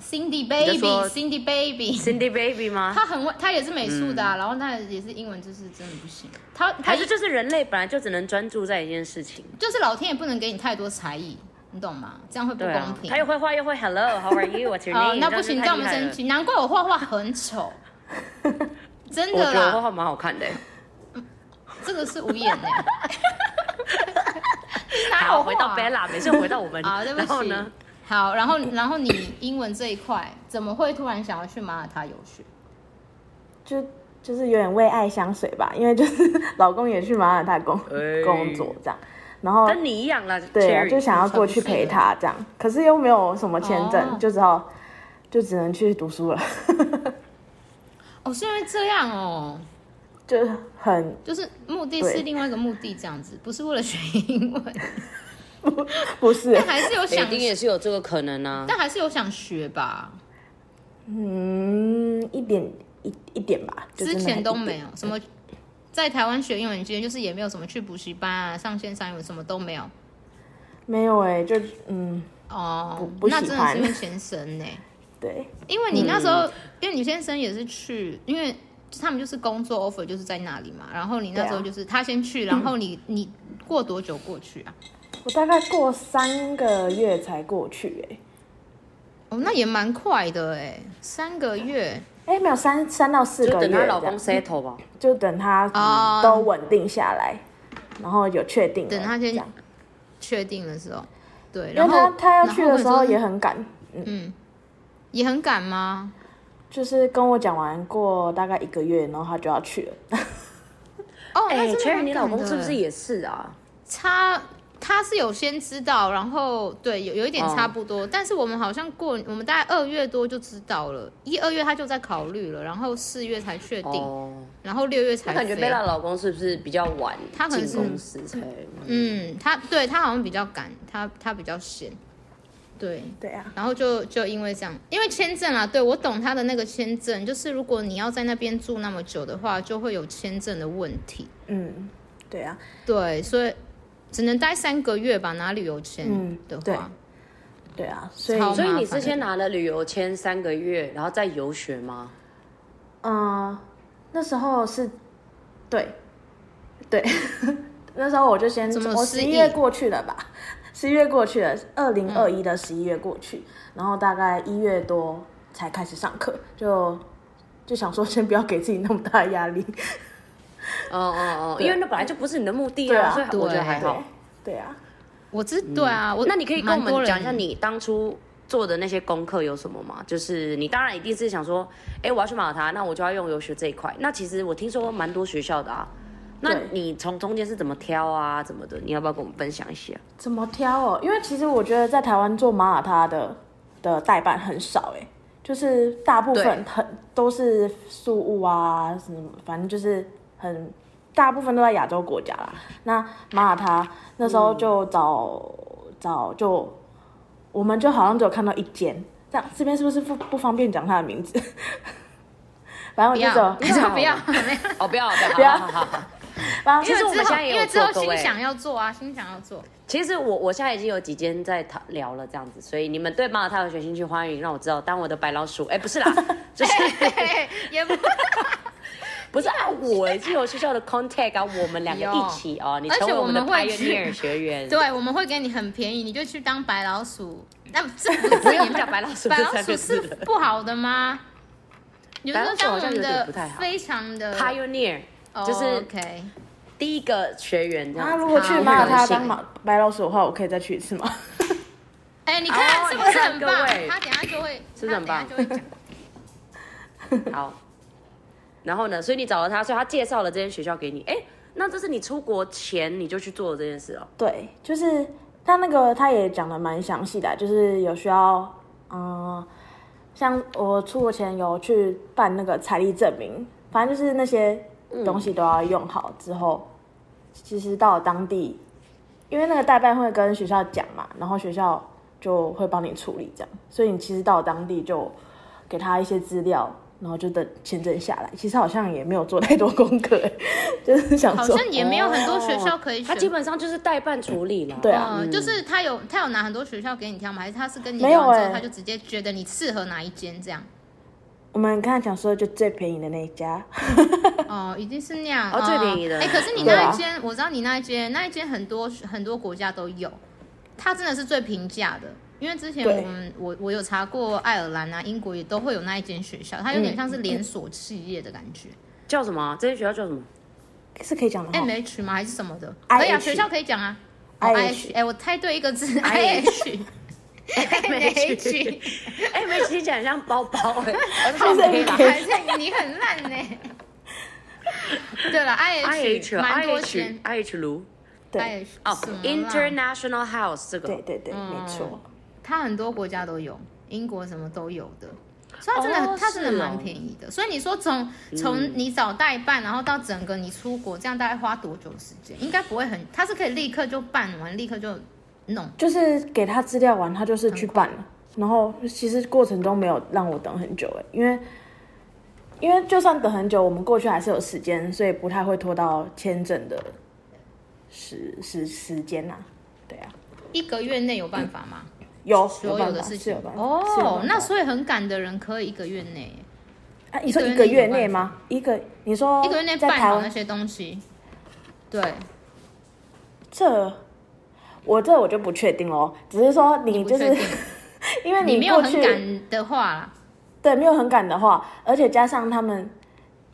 [SPEAKER 2] ，Cindy
[SPEAKER 1] 你就说
[SPEAKER 2] Baby，Cindy Baby，
[SPEAKER 1] Cindy Baby 吗？
[SPEAKER 2] 她很会，她也是美术的、啊，然后她也是英文，就是真的不行。她她
[SPEAKER 1] 还是就是人类本来就只能专注在一件事情？
[SPEAKER 2] 就是老天也不能给你太多才艺，你懂吗？这样会不
[SPEAKER 1] 对
[SPEAKER 2] 公
[SPEAKER 1] 啊，
[SPEAKER 2] 平。
[SPEAKER 1] 他又会画又会 Hello，How are you？What's your
[SPEAKER 2] 哦
[SPEAKER 1] name？，
[SPEAKER 2] 那不行，
[SPEAKER 1] 这
[SPEAKER 2] 这样
[SPEAKER 1] 样
[SPEAKER 2] 我
[SPEAKER 1] 就
[SPEAKER 2] 们
[SPEAKER 1] 太厉害
[SPEAKER 2] 生
[SPEAKER 1] 了。
[SPEAKER 2] 气。难怪我画画很 丑，真
[SPEAKER 1] 我
[SPEAKER 2] 的
[SPEAKER 1] 觉得我
[SPEAKER 2] 啦
[SPEAKER 1] 画。画蛮好看的欸。
[SPEAKER 2] 这个是无眼的、欸。哪有
[SPEAKER 1] 好，
[SPEAKER 2] 啊画
[SPEAKER 1] 回到 Bella，每次回到我们。
[SPEAKER 2] 啊，对不
[SPEAKER 1] 然后
[SPEAKER 2] 起。
[SPEAKER 1] 呢？
[SPEAKER 2] 好，然后然后你英文这一块怎么会突然想要去马耳他游学？
[SPEAKER 3] 就就是有点为爱相随吧，因为就是 老公也去马耳他工、
[SPEAKER 1] 哎
[SPEAKER 3] 工作这样，然
[SPEAKER 2] 哦
[SPEAKER 3] 后
[SPEAKER 1] 跟你一样啦，
[SPEAKER 3] 对啊，
[SPEAKER 1] Cherry
[SPEAKER 3] 就想要过去陪他这样，可是又没有什么签证，
[SPEAKER 2] 哦
[SPEAKER 3] 就只好就只能去读书了，
[SPEAKER 2] 哦，是因为这样哦，
[SPEAKER 3] 就很
[SPEAKER 2] 就是目的
[SPEAKER 3] 对
[SPEAKER 2] 是另外一个目的，这样子，不是为了学英文，
[SPEAKER 3] 不 是
[SPEAKER 2] 但还是有
[SPEAKER 1] 一
[SPEAKER 2] 想，
[SPEAKER 1] 定也是有这个可能啊。
[SPEAKER 2] 但还是有想学吧。
[SPEAKER 3] 嗯一点一一点吧，就
[SPEAKER 2] 之
[SPEAKER 3] 真的
[SPEAKER 2] 前
[SPEAKER 3] 很
[SPEAKER 2] 都
[SPEAKER 3] 一点
[SPEAKER 2] 没有什么在台湾学英文，其实就是也没有什么去补习班啊、上线上英文什么都没有
[SPEAKER 3] 没有哎、就嗯，
[SPEAKER 2] 哦
[SPEAKER 3] 不不。
[SPEAKER 2] 那
[SPEAKER 3] 喜
[SPEAKER 2] 真的
[SPEAKER 3] 欢
[SPEAKER 2] 是因为先生呢、
[SPEAKER 3] 对，
[SPEAKER 2] 因为你那时候，
[SPEAKER 3] 嗯
[SPEAKER 2] 因为你先生也是去，因为就他们就是工作 offer 就是在那里嘛，然后你那时候
[SPEAKER 3] 对啊
[SPEAKER 2] 就是他先去，然 后你你过多久过去啊？
[SPEAKER 3] 我大概过三个月才过去哎、
[SPEAKER 2] 哦，那也蛮快的哎，三个月
[SPEAKER 3] 哎、没有三三到四
[SPEAKER 1] 就
[SPEAKER 3] 个月
[SPEAKER 1] 等她
[SPEAKER 3] 这
[SPEAKER 1] 老
[SPEAKER 3] 样，
[SPEAKER 1] 公 settle 吧。
[SPEAKER 3] 就等他
[SPEAKER 2] 哦
[SPEAKER 3] 都稳定下来，然后有确定了，
[SPEAKER 2] 等他先
[SPEAKER 3] 这样
[SPEAKER 2] 确定的时候，对，
[SPEAKER 3] 因为
[SPEAKER 2] 然
[SPEAKER 3] 他
[SPEAKER 2] 后
[SPEAKER 3] 他要去的时
[SPEAKER 2] 然
[SPEAKER 3] 候也
[SPEAKER 2] 后我跟你说
[SPEAKER 3] 很赶，
[SPEAKER 2] 也很赶吗？
[SPEAKER 3] 就是跟我讲完过大概一个月，然后他就要去了。
[SPEAKER 2] 哦，那
[SPEAKER 1] 哎
[SPEAKER 2] 真的
[SPEAKER 1] ，Cherry，
[SPEAKER 2] 蛮
[SPEAKER 1] 你老公
[SPEAKER 2] 赶
[SPEAKER 1] 是不是
[SPEAKER 2] 的
[SPEAKER 1] 也是啊？
[SPEAKER 2] 差？他是有先知道，然后对有有一
[SPEAKER 3] 哦
[SPEAKER 2] 点差不多，但是我们好像过我们大概二月多就知道了，一二月他就在考虑了，然后四月才确定，
[SPEAKER 1] 哦，
[SPEAKER 2] 然后六月
[SPEAKER 1] 我
[SPEAKER 2] 才
[SPEAKER 1] 感觉
[SPEAKER 2] 飞
[SPEAKER 1] 贝拉老公是不是比较晚
[SPEAKER 2] 他可能
[SPEAKER 1] 进
[SPEAKER 2] 是
[SPEAKER 1] 公司才？
[SPEAKER 2] 嗯，他对他好像比较赶，他他比较闲，对，
[SPEAKER 3] 对啊，
[SPEAKER 2] 然后就就因为这样，因为签证啊，对我懂他的那个签证，就是如果你要在那边住那么久的话，就会有签证的问题。
[SPEAKER 3] 嗯，对啊，
[SPEAKER 2] 对，所以只能待三个月吧，拿旅游签
[SPEAKER 3] 嗯
[SPEAKER 2] 的
[SPEAKER 3] 对
[SPEAKER 2] 话，
[SPEAKER 3] 对啊，所以
[SPEAKER 2] 超
[SPEAKER 1] 所以
[SPEAKER 2] 麻
[SPEAKER 1] 你
[SPEAKER 2] 烦
[SPEAKER 1] 是先拿了旅游签三个月，然后再游学吗？
[SPEAKER 3] 嗯，那时候是，对，对， 那时候我就先
[SPEAKER 2] 怎么
[SPEAKER 3] 我
[SPEAKER 2] 失
[SPEAKER 3] 十
[SPEAKER 2] 忆嗯
[SPEAKER 3] 一月过去了吧，十一月过去了，二零二一的十一月过去，然后大概一月多才开始上课，就就想说先不要给自己那么大的压力，
[SPEAKER 1] 哦哦哦，
[SPEAKER 3] 对
[SPEAKER 1] 因为那本来就不是你的目的
[SPEAKER 3] 对
[SPEAKER 1] 啊，
[SPEAKER 3] 啊
[SPEAKER 1] 所以我觉得还
[SPEAKER 3] 对
[SPEAKER 1] 好。，
[SPEAKER 3] 对啊，
[SPEAKER 2] 我知对啊，我
[SPEAKER 1] 那你可以跟我
[SPEAKER 2] 蛮多
[SPEAKER 1] 们
[SPEAKER 2] 人
[SPEAKER 1] 讲一下你当初做的那些功课有什么吗？就是你当然一定是想说，哎、我要去马耳他，那我就要用游学这一块。那其实我听说蛮多学校的啊，那
[SPEAKER 3] 对
[SPEAKER 1] 你从中间是怎么挑啊，怎么的？你要不要跟我们分享一下？
[SPEAKER 3] 怎么挑哦？因为其实我觉得在台湾做马耳他的的代办很少哎，就是大部
[SPEAKER 1] 对
[SPEAKER 3] 分很都是宿务啊，什么反正就是很大部分都在亚洲国家啦。那马耳他那时候就找、找就我们就好像只有看到一间，这样这边是不是不不方便讲他的名字？ 反正我
[SPEAKER 2] 不
[SPEAKER 3] 就
[SPEAKER 2] 要
[SPEAKER 3] 只有
[SPEAKER 2] 不要不要，
[SPEAKER 1] 哦，不要不
[SPEAKER 3] 不
[SPEAKER 1] 要，
[SPEAKER 3] 要
[SPEAKER 1] 好好好好。
[SPEAKER 3] 反正
[SPEAKER 1] 其 实我
[SPEAKER 2] 之
[SPEAKER 1] 们现
[SPEAKER 2] 后
[SPEAKER 1] 在也
[SPEAKER 2] 因
[SPEAKER 1] 有
[SPEAKER 2] 为之后
[SPEAKER 1] 做，各
[SPEAKER 2] 心
[SPEAKER 1] 位。
[SPEAKER 2] 想要做啊，心想要做，
[SPEAKER 1] 其实我我现在已经有几间在讨聊了这样子，所以你们对马耳他有学兴趣，欢迎让我知道。当我的白老鼠，哎、不是 啦，就是
[SPEAKER 2] 嘿嘿也不。
[SPEAKER 1] 不是啊，我已经有学校的 contact 啊，我们两个一起哦，你成为我们的
[SPEAKER 2] 而且我们会去
[SPEAKER 1] pioneer 学 员。
[SPEAKER 2] 对，我们会给你很便宜，你就去当白老鼠。那 这不
[SPEAKER 1] 不
[SPEAKER 2] 是
[SPEAKER 1] 用
[SPEAKER 2] 你们
[SPEAKER 1] 讲白老鼠
[SPEAKER 2] 白
[SPEAKER 1] 这
[SPEAKER 2] 老
[SPEAKER 1] 三
[SPEAKER 2] 鼠
[SPEAKER 1] 个字
[SPEAKER 2] 是不好的吗？你
[SPEAKER 1] 白
[SPEAKER 2] 们
[SPEAKER 1] 老
[SPEAKER 2] 说
[SPEAKER 1] 鼠好
[SPEAKER 2] 当我
[SPEAKER 1] 像
[SPEAKER 2] 们
[SPEAKER 1] 有点
[SPEAKER 2] 的
[SPEAKER 1] 不太好
[SPEAKER 2] 非常的
[SPEAKER 1] pioneer
[SPEAKER 2] 哦
[SPEAKER 1] 就是。
[SPEAKER 2] OK，
[SPEAKER 1] 第一个学员这样
[SPEAKER 3] 啊，
[SPEAKER 1] 子。
[SPEAKER 3] 如果去
[SPEAKER 2] 好
[SPEAKER 3] 马耳他
[SPEAKER 2] 很
[SPEAKER 3] 当
[SPEAKER 2] 有
[SPEAKER 3] 马白老鼠的话，我可以再去一次吗？
[SPEAKER 2] 哎，你看
[SPEAKER 1] 哦
[SPEAKER 2] 是不是很
[SPEAKER 1] 你看各
[SPEAKER 2] 棒？
[SPEAKER 1] 位
[SPEAKER 2] 他等一下就会，
[SPEAKER 1] 是不是很棒
[SPEAKER 2] 他等一下 就会讲。
[SPEAKER 1] 好，然后呢？所以你找了他，所以他介绍了这间学校给你。哎，那这是你出国前你就去做这件事哦。
[SPEAKER 3] 对，就是他那个他也讲的蛮详细的，啊就是有需要，嗯，像我出国前有去办那个财力证明，反正就是那些
[SPEAKER 2] 嗯
[SPEAKER 3] 东西都要用好之后，其实到了当地，因为那个代办会跟学校讲嘛，然后学校就会帮你处理这样，所以你其实到了当地就给他一些资料。然后就等签证下来，其实好像也没有做太多功课， 就是想
[SPEAKER 2] 好
[SPEAKER 3] 说，
[SPEAKER 2] 像也没有很多学校可以
[SPEAKER 1] 他
[SPEAKER 2] 选。
[SPEAKER 1] 基本嗯上就是代办处理了。
[SPEAKER 3] 对啊
[SPEAKER 2] 呃，就是他有他有拿很多学校给你挑吗？还是他是跟你
[SPEAKER 3] 没有
[SPEAKER 2] 聊完
[SPEAKER 1] 欸
[SPEAKER 2] 之后，
[SPEAKER 3] 哎
[SPEAKER 2] 他就直接觉得你适合哪一间这样？
[SPEAKER 3] 我们刚才讲说就最便宜的那一家，
[SPEAKER 2] 哦，已经是那样
[SPEAKER 1] 哦最便宜的
[SPEAKER 2] 哎、可是你
[SPEAKER 3] 对
[SPEAKER 2] 那
[SPEAKER 3] 啊
[SPEAKER 2] 一间，我知道你那一间，那一间很多很多国家都有，它真的是最平价的。因为之前
[SPEAKER 3] 对
[SPEAKER 2] 我们我我有查过爱尔兰啊、英国也都会有那一间学校，它有点像是连锁企业的感觉、
[SPEAKER 1] 叫什么啊？这间学校叫什么？
[SPEAKER 3] 是可以
[SPEAKER 1] 嗯
[SPEAKER 3] 讲的哈
[SPEAKER 2] m。h 吗？还是什么
[SPEAKER 1] 哦
[SPEAKER 2] 的？
[SPEAKER 3] IH
[SPEAKER 2] 可以啊，学校可以讲啊。哦
[SPEAKER 3] IH
[SPEAKER 2] IH，哎、我猜对一个字，IH。MH，
[SPEAKER 1] 哎，没听起来很像包包 哎，而且
[SPEAKER 3] 是
[SPEAKER 1] 可以啦。
[SPEAKER 2] 还是你很烂呢、对了
[SPEAKER 1] I H
[SPEAKER 2] ，IH，蛮
[SPEAKER 1] I
[SPEAKER 2] 多
[SPEAKER 1] H
[SPEAKER 2] 间
[SPEAKER 1] I H 卢
[SPEAKER 3] 对
[SPEAKER 2] IH
[SPEAKER 1] 哦
[SPEAKER 2] 什么啦
[SPEAKER 1] ，International House 这个
[SPEAKER 3] 对对对，
[SPEAKER 2] 嗯
[SPEAKER 3] 没错。
[SPEAKER 2] 它很多国家都有，英国什么都有的，所以它真的、
[SPEAKER 1] 哦
[SPEAKER 2] 它真的
[SPEAKER 1] 是哦
[SPEAKER 2] 蛮便宜的。所以你说从
[SPEAKER 3] 嗯
[SPEAKER 2] 从你找代办，然后到整个你出国，这样大概花多久时间？应该不会很，它是可以立刻就办完，立刻就弄。
[SPEAKER 3] 就是给他资料完，他就是去办了。然后其实过程中没有让我等很久哎，因为欸因为就算等很久，我们过去还是有时间，所以不太会拖到签证的时时时间呐、对啊，
[SPEAKER 2] 一个月内有办法吗？
[SPEAKER 3] 有
[SPEAKER 2] 所有
[SPEAKER 3] 办
[SPEAKER 2] 的
[SPEAKER 3] 法
[SPEAKER 2] 事
[SPEAKER 3] 是
[SPEAKER 2] 情
[SPEAKER 3] 有办法是有办
[SPEAKER 2] 哦，
[SPEAKER 3] 法
[SPEAKER 2] 那所以很赶的人可以一个月内，
[SPEAKER 3] 啊，你说
[SPEAKER 2] 一
[SPEAKER 3] 一
[SPEAKER 2] 个
[SPEAKER 3] 个
[SPEAKER 2] 月内
[SPEAKER 3] 月
[SPEAKER 2] 有办法
[SPEAKER 3] 内吗？一个你说
[SPEAKER 2] 一个月内
[SPEAKER 3] 在
[SPEAKER 2] 办
[SPEAKER 3] 台
[SPEAKER 2] 好那
[SPEAKER 3] 湾
[SPEAKER 2] 些东西。对，
[SPEAKER 3] 这，我这我就不确定喽。只是说你
[SPEAKER 2] 不
[SPEAKER 3] 就是
[SPEAKER 2] 确定
[SPEAKER 3] 因为
[SPEAKER 2] 你没有
[SPEAKER 3] 过
[SPEAKER 2] 很
[SPEAKER 3] 去
[SPEAKER 2] 赶的话啦，
[SPEAKER 3] 对，没有很赶的话，而且加上他们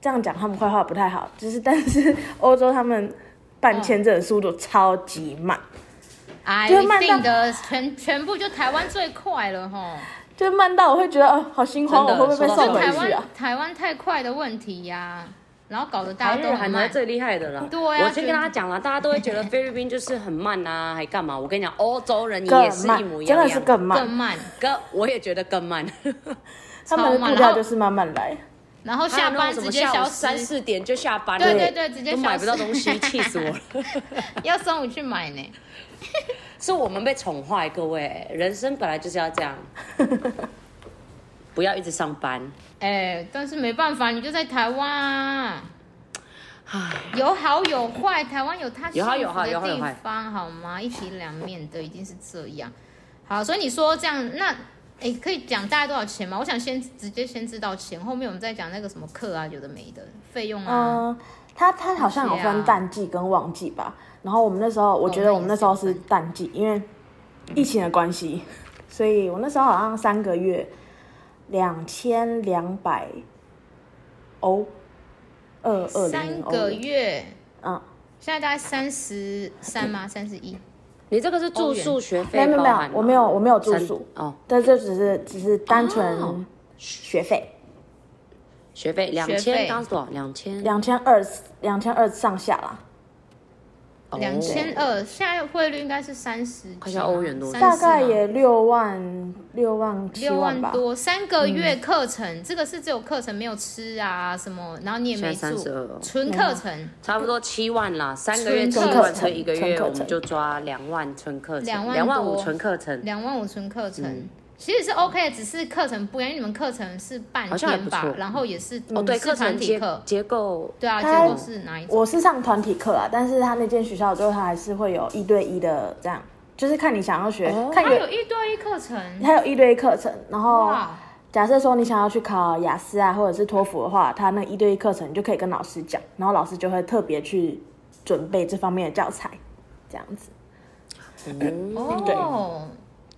[SPEAKER 3] 这样讲他们坏话不太好，就是 但是欧洲他们办签证的速度超级慢，
[SPEAKER 2] 哎，
[SPEAKER 3] 就是
[SPEAKER 2] 一
[SPEAKER 3] 慢到
[SPEAKER 2] 定的全全部就台湾最快了吼，
[SPEAKER 3] 就慢到我会觉得哦，好心慌，
[SPEAKER 1] 真
[SPEAKER 3] 我
[SPEAKER 1] 的
[SPEAKER 3] 会不会被
[SPEAKER 1] 说到
[SPEAKER 3] 送回
[SPEAKER 2] 台
[SPEAKER 3] 去啊
[SPEAKER 2] 湾？台湾太快的问题呀、然后搞得
[SPEAKER 1] 台
[SPEAKER 2] 大家
[SPEAKER 1] 日
[SPEAKER 2] 都很
[SPEAKER 1] 韩才
[SPEAKER 2] 慢
[SPEAKER 1] 是。最厉害的啦。
[SPEAKER 2] 对啊
[SPEAKER 1] 我先跟大家讲了，大家都会 觉得菲律宾就是很慢啊，还干嘛？我跟你讲，欧洲人也是一模
[SPEAKER 3] 慢，
[SPEAKER 1] 一
[SPEAKER 3] 真
[SPEAKER 1] 样样，
[SPEAKER 3] 的是更慢
[SPEAKER 2] 更，慢，
[SPEAKER 1] 跟我也觉得更慢。
[SPEAKER 3] 他们
[SPEAKER 2] 超
[SPEAKER 3] 的
[SPEAKER 2] 慢
[SPEAKER 3] 步
[SPEAKER 2] 然
[SPEAKER 3] 调
[SPEAKER 2] 后
[SPEAKER 3] 就是慢慢来。
[SPEAKER 2] 然后下
[SPEAKER 1] 还有那
[SPEAKER 2] 班
[SPEAKER 1] 种什
[SPEAKER 2] 直
[SPEAKER 1] 么
[SPEAKER 2] 接
[SPEAKER 1] 下
[SPEAKER 2] 消
[SPEAKER 1] 午三
[SPEAKER 2] 失，
[SPEAKER 1] 四点就下班了，
[SPEAKER 2] 对对对，直接
[SPEAKER 1] 都
[SPEAKER 2] 消失，
[SPEAKER 1] 买不到东西，气死我了。
[SPEAKER 2] 要中午去买呢。
[SPEAKER 1] 是我们被宠坏，各位，人生本来就是要 这样，不要一直上班。
[SPEAKER 2] 哎，但是没办法，你就在台湾啊，有好有坏，台湾有它幸
[SPEAKER 1] 有
[SPEAKER 2] 福
[SPEAKER 1] 好有坏
[SPEAKER 2] 的
[SPEAKER 1] 有好有
[SPEAKER 2] 地
[SPEAKER 1] 坏
[SPEAKER 2] 方，好吗？一体两面的，一定是这样。好，所以你说这样，那哎，可以讲大概多少钱吗？我想先直接先知道钱，后面我们再讲那个什么课啊，有的没的费用
[SPEAKER 1] 哦
[SPEAKER 2] 啊。
[SPEAKER 3] 嗯，他他好像有
[SPEAKER 2] 是啊
[SPEAKER 3] 分淡季跟旺季吧。然后我们那时候，我觉得我们那时候是淡季，因为疫情的关系，所以我那时候好像三个月两千两百欧，二二
[SPEAKER 1] 哦
[SPEAKER 3] 零
[SPEAKER 2] 三
[SPEAKER 3] 零欧
[SPEAKER 2] 个
[SPEAKER 3] 元，
[SPEAKER 2] 月，
[SPEAKER 3] 嗯，
[SPEAKER 2] 现在大概三十三
[SPEAKER 1] 嗯
[SPEAKER 2] 吗？三十一。
[SPEAKER 1] 你这个是住宿学
[SPEAKER 3] 没
[SPEAKER 1] 费
[SPEAKER 3] 有没有
[SPEAKER 1] 包
[SPEAKER 3] 没有
[SPEAKER 1] 含，吗
[SPEAKER 3] 我没有我没有住
[SPEAKER 1] 三
[SPEAKER 3] 宿，
[SPEAKER 1] 哦，
[SPEAKER 3] 但这只是只是单
[SPEAKER 1] 哦
[SPEAKER 3] 纯学费，
[SPEAKER 1] 学费两
[SPEAKER 2] 学费
[SPEAKER 1] 千，刚刚是多少？两千
[SPEAKER 3] 两千二两千二上下啦，
[SPEAKER 2] 两千
[SPEAKER 1] 哦
[SPEAKER 2] 二，现在汇率应该是三十，
[SPEAKER 1] 看一下欧元多少
[SPEAKER 2] 34
[SPEAKER 3] 大概
[SPEAKER 2] 嘛
[SPEAKER 3] 也六万六万七
[SPEAKER 2] 六万
[SPEAKER 3] 吧，
[SPEAKER 2] 多，三个月课程，这个是只有课程没有吃啊什么，然后你也没
[SPEAKER 1] 现在32
[SPEAKER 2] 住
[SPEAKER 1] 哦，
[SPEAKER 2] 纯课程
[SPEAKER 1] 差不多七万啦，三个月七
[SPEAKER 2] 纯课
[SPEAKER 1] 万，
[SPEAKER 2] 程
[SPEAKER 1] 所以一个
[SPEAKER 3] 纯
[SPEAKER 1] 月
[SPEAKER 3] 课程
[SPEAKER 1] 我们就抓两万纯课程，
[SPEAKER 2] 两万
[SPEAKER 1] 两万
[SPEAKER 2] 多
[SPEAKER 1] 五纯课程，
[SPEAKER 2] 两万五纯课程。
[SPEAKER 1] 嗯
[SPEAKER 2] 其实是 OK 的，只是课程不一样，因为你们课程是半
[SPEAKER 1] 好像还
[SPEAKER 2] 天
[SPEAKER 1] 不
[SPEAKER 2] 吧
[SPEAKER 1] 错，
[SPEAKER 2] 然后也是
[SPEAKER 1] 哦对，
[SPEAKER 2] 是
[SPEAKER 1] 课
[SPEAKER 2] 团
[SPEAKER 1] 程
[SPEAKER 2] 体
[SPEAKER 1] 结
[SPEAKER 2] 课，
[SPEAKER 1] 结构
[SPEAKER 2] 对啊，
[SPEAKER 3] 它
[SPEAKER 2] 结果是哪一种？
[SPEAKER 3] 我是上团体课啦，但是他那间学校就他还是会有一对一的这样，就是看你想要学，
[SPEAKER 1] 哦
[SPEAKER 3] 看
[SPEAKER 2] 它
[SPEAKER 3] 有
[SPEAKER 2] 有一对一课程，
[SPEAKER 3] 他有一对一课程，然后
[SPEAKER 2] 哇，
[SPEAKER 3] 假设说你想要去考雅思啊或者是托福的话，他那一对一课程你就可以跟老师讲，然后老师就会特别去准备这方面的教材，这样子。
[SPEAKER 2] 哦，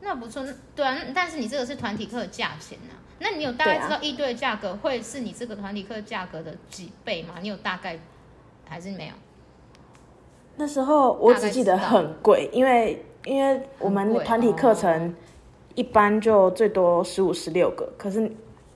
[SPEAKER 2] 那不错，对啊，但是你这个是团体课的价钱啊，那你有大概
[SPEAKER 3] 对啊
[SPEAKER 2] 知道一对的价格会是你这个团体课价格的几倍吗？你有大概还是没有？
[SPEAKER 3] 那时候我只记得很贵，因为因为我
[SPEAKER 2] 很
[SPEAKER 3] 们
[SPEAKER 2] 贵哦
[SPEAKER 3] 团体课程一般就最多十五十六个，可是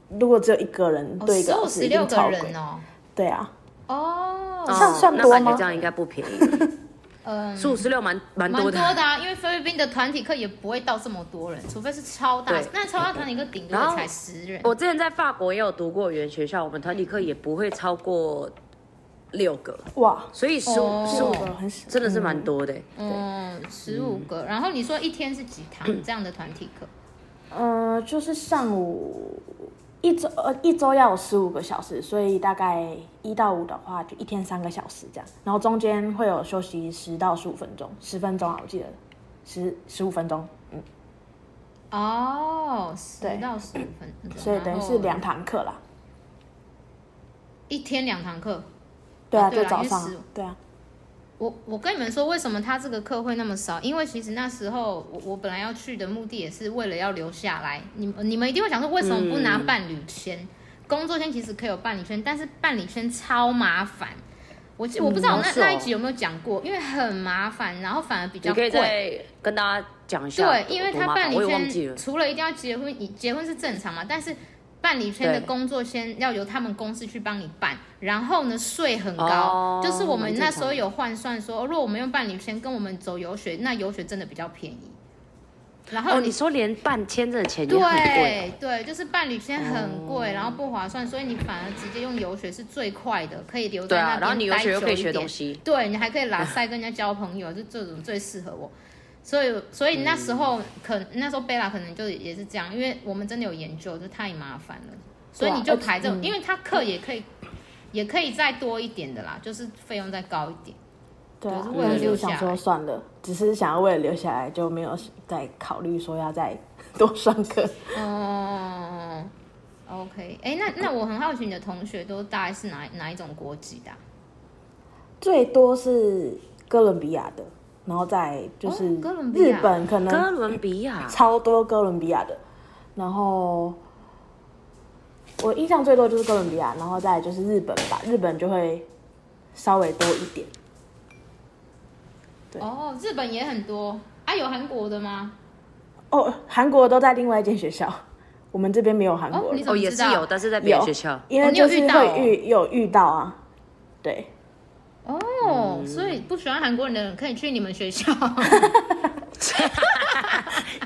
[SPEAKER 3] 如果只有一个人哦对一个
[SPEAKER 2] 哦十
[SPEAKER 3] 老
[SPEAKER 2] 五
[SPEAKER 3] 师
[SPEAKER 2] 十
[SPEAKER 3] 一
[SPEAKER 2] 六
[SPEAKER 3] 定
[SPEAKER 2] 个
[SPEAKER 3] 超贵
[SPEAKER 2] 人，哦，
[SPEAKER 3] 对啊。
[SPEAKER 2] 哦，
[SPEAKER 3] 像算
[SPEAKER 1] 嗯那
[SPEAKER 3] 多
[SPEAKER 1] 感觉
[SPEAKER 3] 吗
[SPEAKER 1] 这样应该不便宜，
[SPEAKER 2] 嗯。
[SPEAKER 1] 十五十六蛮蛮
[SPEAKER 2] 蛮
[SPEAKER 1] 多
[SPEAKER 2] 多
[SPEAKER 1] 的。
[SPEAKER 2] 的啊，因为菲律宾的团体课也不会到这么多人，除非是超大
[SPEAKER 1] 对，
[SPEAKER 2] 那超大团体课顶多
[SPEAKER 1] 然后
[SPEAKER 2] 才十人。
[SPEAKER 1] 我之前在法国也有读过语言学校，我们团体课也不会超过六个，
[SPEAKER 3] 哇，
[SPEAKER 1] 所以十五
[SPEAKER 2] 哦
[SPEAKER 1] 十五
[SPEAKER 3] 呃很少
[SPEAKER 1] 真的是蛮多的、
[SPEAKER 2] 嗯，十五个。然后你说一天是几堂这样的团体课？
[SPEAKER 3] 呃，就是上午一周呃一周要有十五个小时，所以大概一到五的话，就一天三个小时这样，然后中间会有休息十到十五分钟，十分钟啊，我记得十十五分钟，嗯，
[SPEAKER 2] 哦，十
[SPEAKER 3] 对
[SPEAKER 2] 到十五分钟，
[SPEAKER 3] 所以等于
[SPEAKER 2] 然
[SPEAKER 3] 是
[SPEAKER 2] 后
[SPEAKER 3] 两堂课啦。
[SPEAKER 2] 一天两堂课。
[SPEAKER 3] 对啊，
[SPEAKER 2] 对
[SPEAKER 3] 就
[SPEAKER 2] 啦
[SPEAKER 3] 早
[SPEAKER 2] 因为
[SPEAKER 3] 上啊
[SPEAKER 2] 15，
[SPEAKER 3] 对啊，
[SPEAKER 2] 我我跟你们说，为什么他这个课会那么少？因为其实那时候我我本来要去的目的也是为了要留下来。你们你们一定会想说，为什么不拿伴侣签？工作签其实可以有伴侣签，但是伴侣签超麻烦。我记我不知道我那、
[SPEAKER 1] 嗯是哦
[SPEAKER 2] 那一集有没有讲过，因为很麻烦，然后反而比较
[SPEAKER 1] 你可以
[SPEAKER 2] 贵。
[SPEAKER 1] 再跟大家讲一下多，
[SPEAKER 2] 对，因为
[SPEAKER 1] 多
[SPEAKER 2] 他
[SPEAKER 1] 麻烦
[SPEAKER 2] 伴
[SPEAKER 1] 我
[SPEAKER 2] 侣
[SPEAKER 1] 也忘记了
[SPEAKER 2] 签。除了一定要结婚，你结婚是正常嘛，但是伴侣签的
[SPEAKER 1] 对
[SPEAKER 2] 工作签要由他们公司去帮你办，然后呢税很高，
[SPEAKER 1] 哦
[SPEAKER 2] 就是我们
[SPEAKER 1] 蛮正
[SPEAKER 2] 那
[SPEAKER 1] 常
[SPEAKER 2] 时候有换算说，哦如果我们用伴侣签跟我们走游学，那游学真的比较便宜。然后
[SPEAKER 1] 哦，你说连办签证的钱也很贵，哦
[SPEAKER 2] 对对，就是伴侣签很贵，然后不划算，所以你反而直接用游学是最快的，可以留
[SPEAKER 1] 对
[SPEAKER 2] 在那
[SPEAKER 1] 啊
[SPEAKER 2] 边，
[SPEAKER 1] 然后你游
[SPEAKER 2] 待
[SPEAKER 1] 学又可以
[SPEAKER 2] 久一
[SPEAKER 1] 学
[SPEAKER 2] 点
[SPEAKER 1] 东西，
[SPEAKER 2] 对你还可以拉塞跟人家交朋友，就这种最适合我。所以，所以那时候可、那时候贝拉可能就也是这样，因为我们真的有研究，就太麻烦了，所以
[SPEAKER 3] 对啊
[SPEAKER 2] 你就
[SPEAKER 3] 而且
[SPEAKER 2] 排这种，因为他课也可以，也可以再多一点的啦，就是费用再高一点。
[SPEAKER 3] 对啊
[SPEAKER 2] 对，是为了
[SPEAKER 3] 但是
[SPEAKER 2] 留
[SPEAKER 3] 想
[SPEAKER 2] 下
[SPEAKER 3] 说
[SPEAKER 2] 来
[SPEAKER 3] 算了，只是想要为了留下来，就没有再考虑说要再多上课。
[SPEAKER 2] 哦，OK，哎、那那我很好奇，你的同学都大概是哪哪一种国籍的啊、
[SPEAKER 3] 最多是哥伦比亚的，然后再就是
[SPEAKER 2] 哦哥伦比
[SPEAKER 3] 日
[SPEAKER 2] 亚
[SPEAKER 3] 本可
[SPEAKER 1] 哥
[SPEAKER 3] 能
[SPEAKER 1] 伦比亚，
[SPEAKER 3] 超多哥伦比亚的，然后我印象最多就是哥伦比亚，然后再就是日本吧，日本就会稍微多一点。对
[SPEAKER 2] 哦，日本也很多啊，有韩国的吗？
[SPEAKER 3] 哦，韩国都在另外一间学校，我们这边没有韩
[SPEAKER 2] 哦
[SPEAKER 3] 国，
[SPEAKER 2] 你
[SPEAKER 3] 人，
[SPEAKER 2] 怎
[SPEAKER 1] 哦
[SPEAKER 2] 么
[SPEAKER 1] 也
[SPEAKER 2] 知
[SPEAKER 1] 是
[SPEAKER 2] 道？
[SPEAKER 1] 有，但是在别的学校。
[SPEAKER 3] 因
[SPEAKER 2] 哦
[SPEAKER 3] 为
[SPEAKER 2] 你有
[SPEAKER 3] 就
[SPEAKER 2] 遇
[SPEAKER 3] 是
[SPEAKER 2] 到
[SPEAKER 3] 会遇有遇到啊，对。
[SPEAKER 2] 哦，
[SPEAKER 3] 嗯
[SPEAKER 2] 所以不喜欢韩国人的人可以去你们学 校，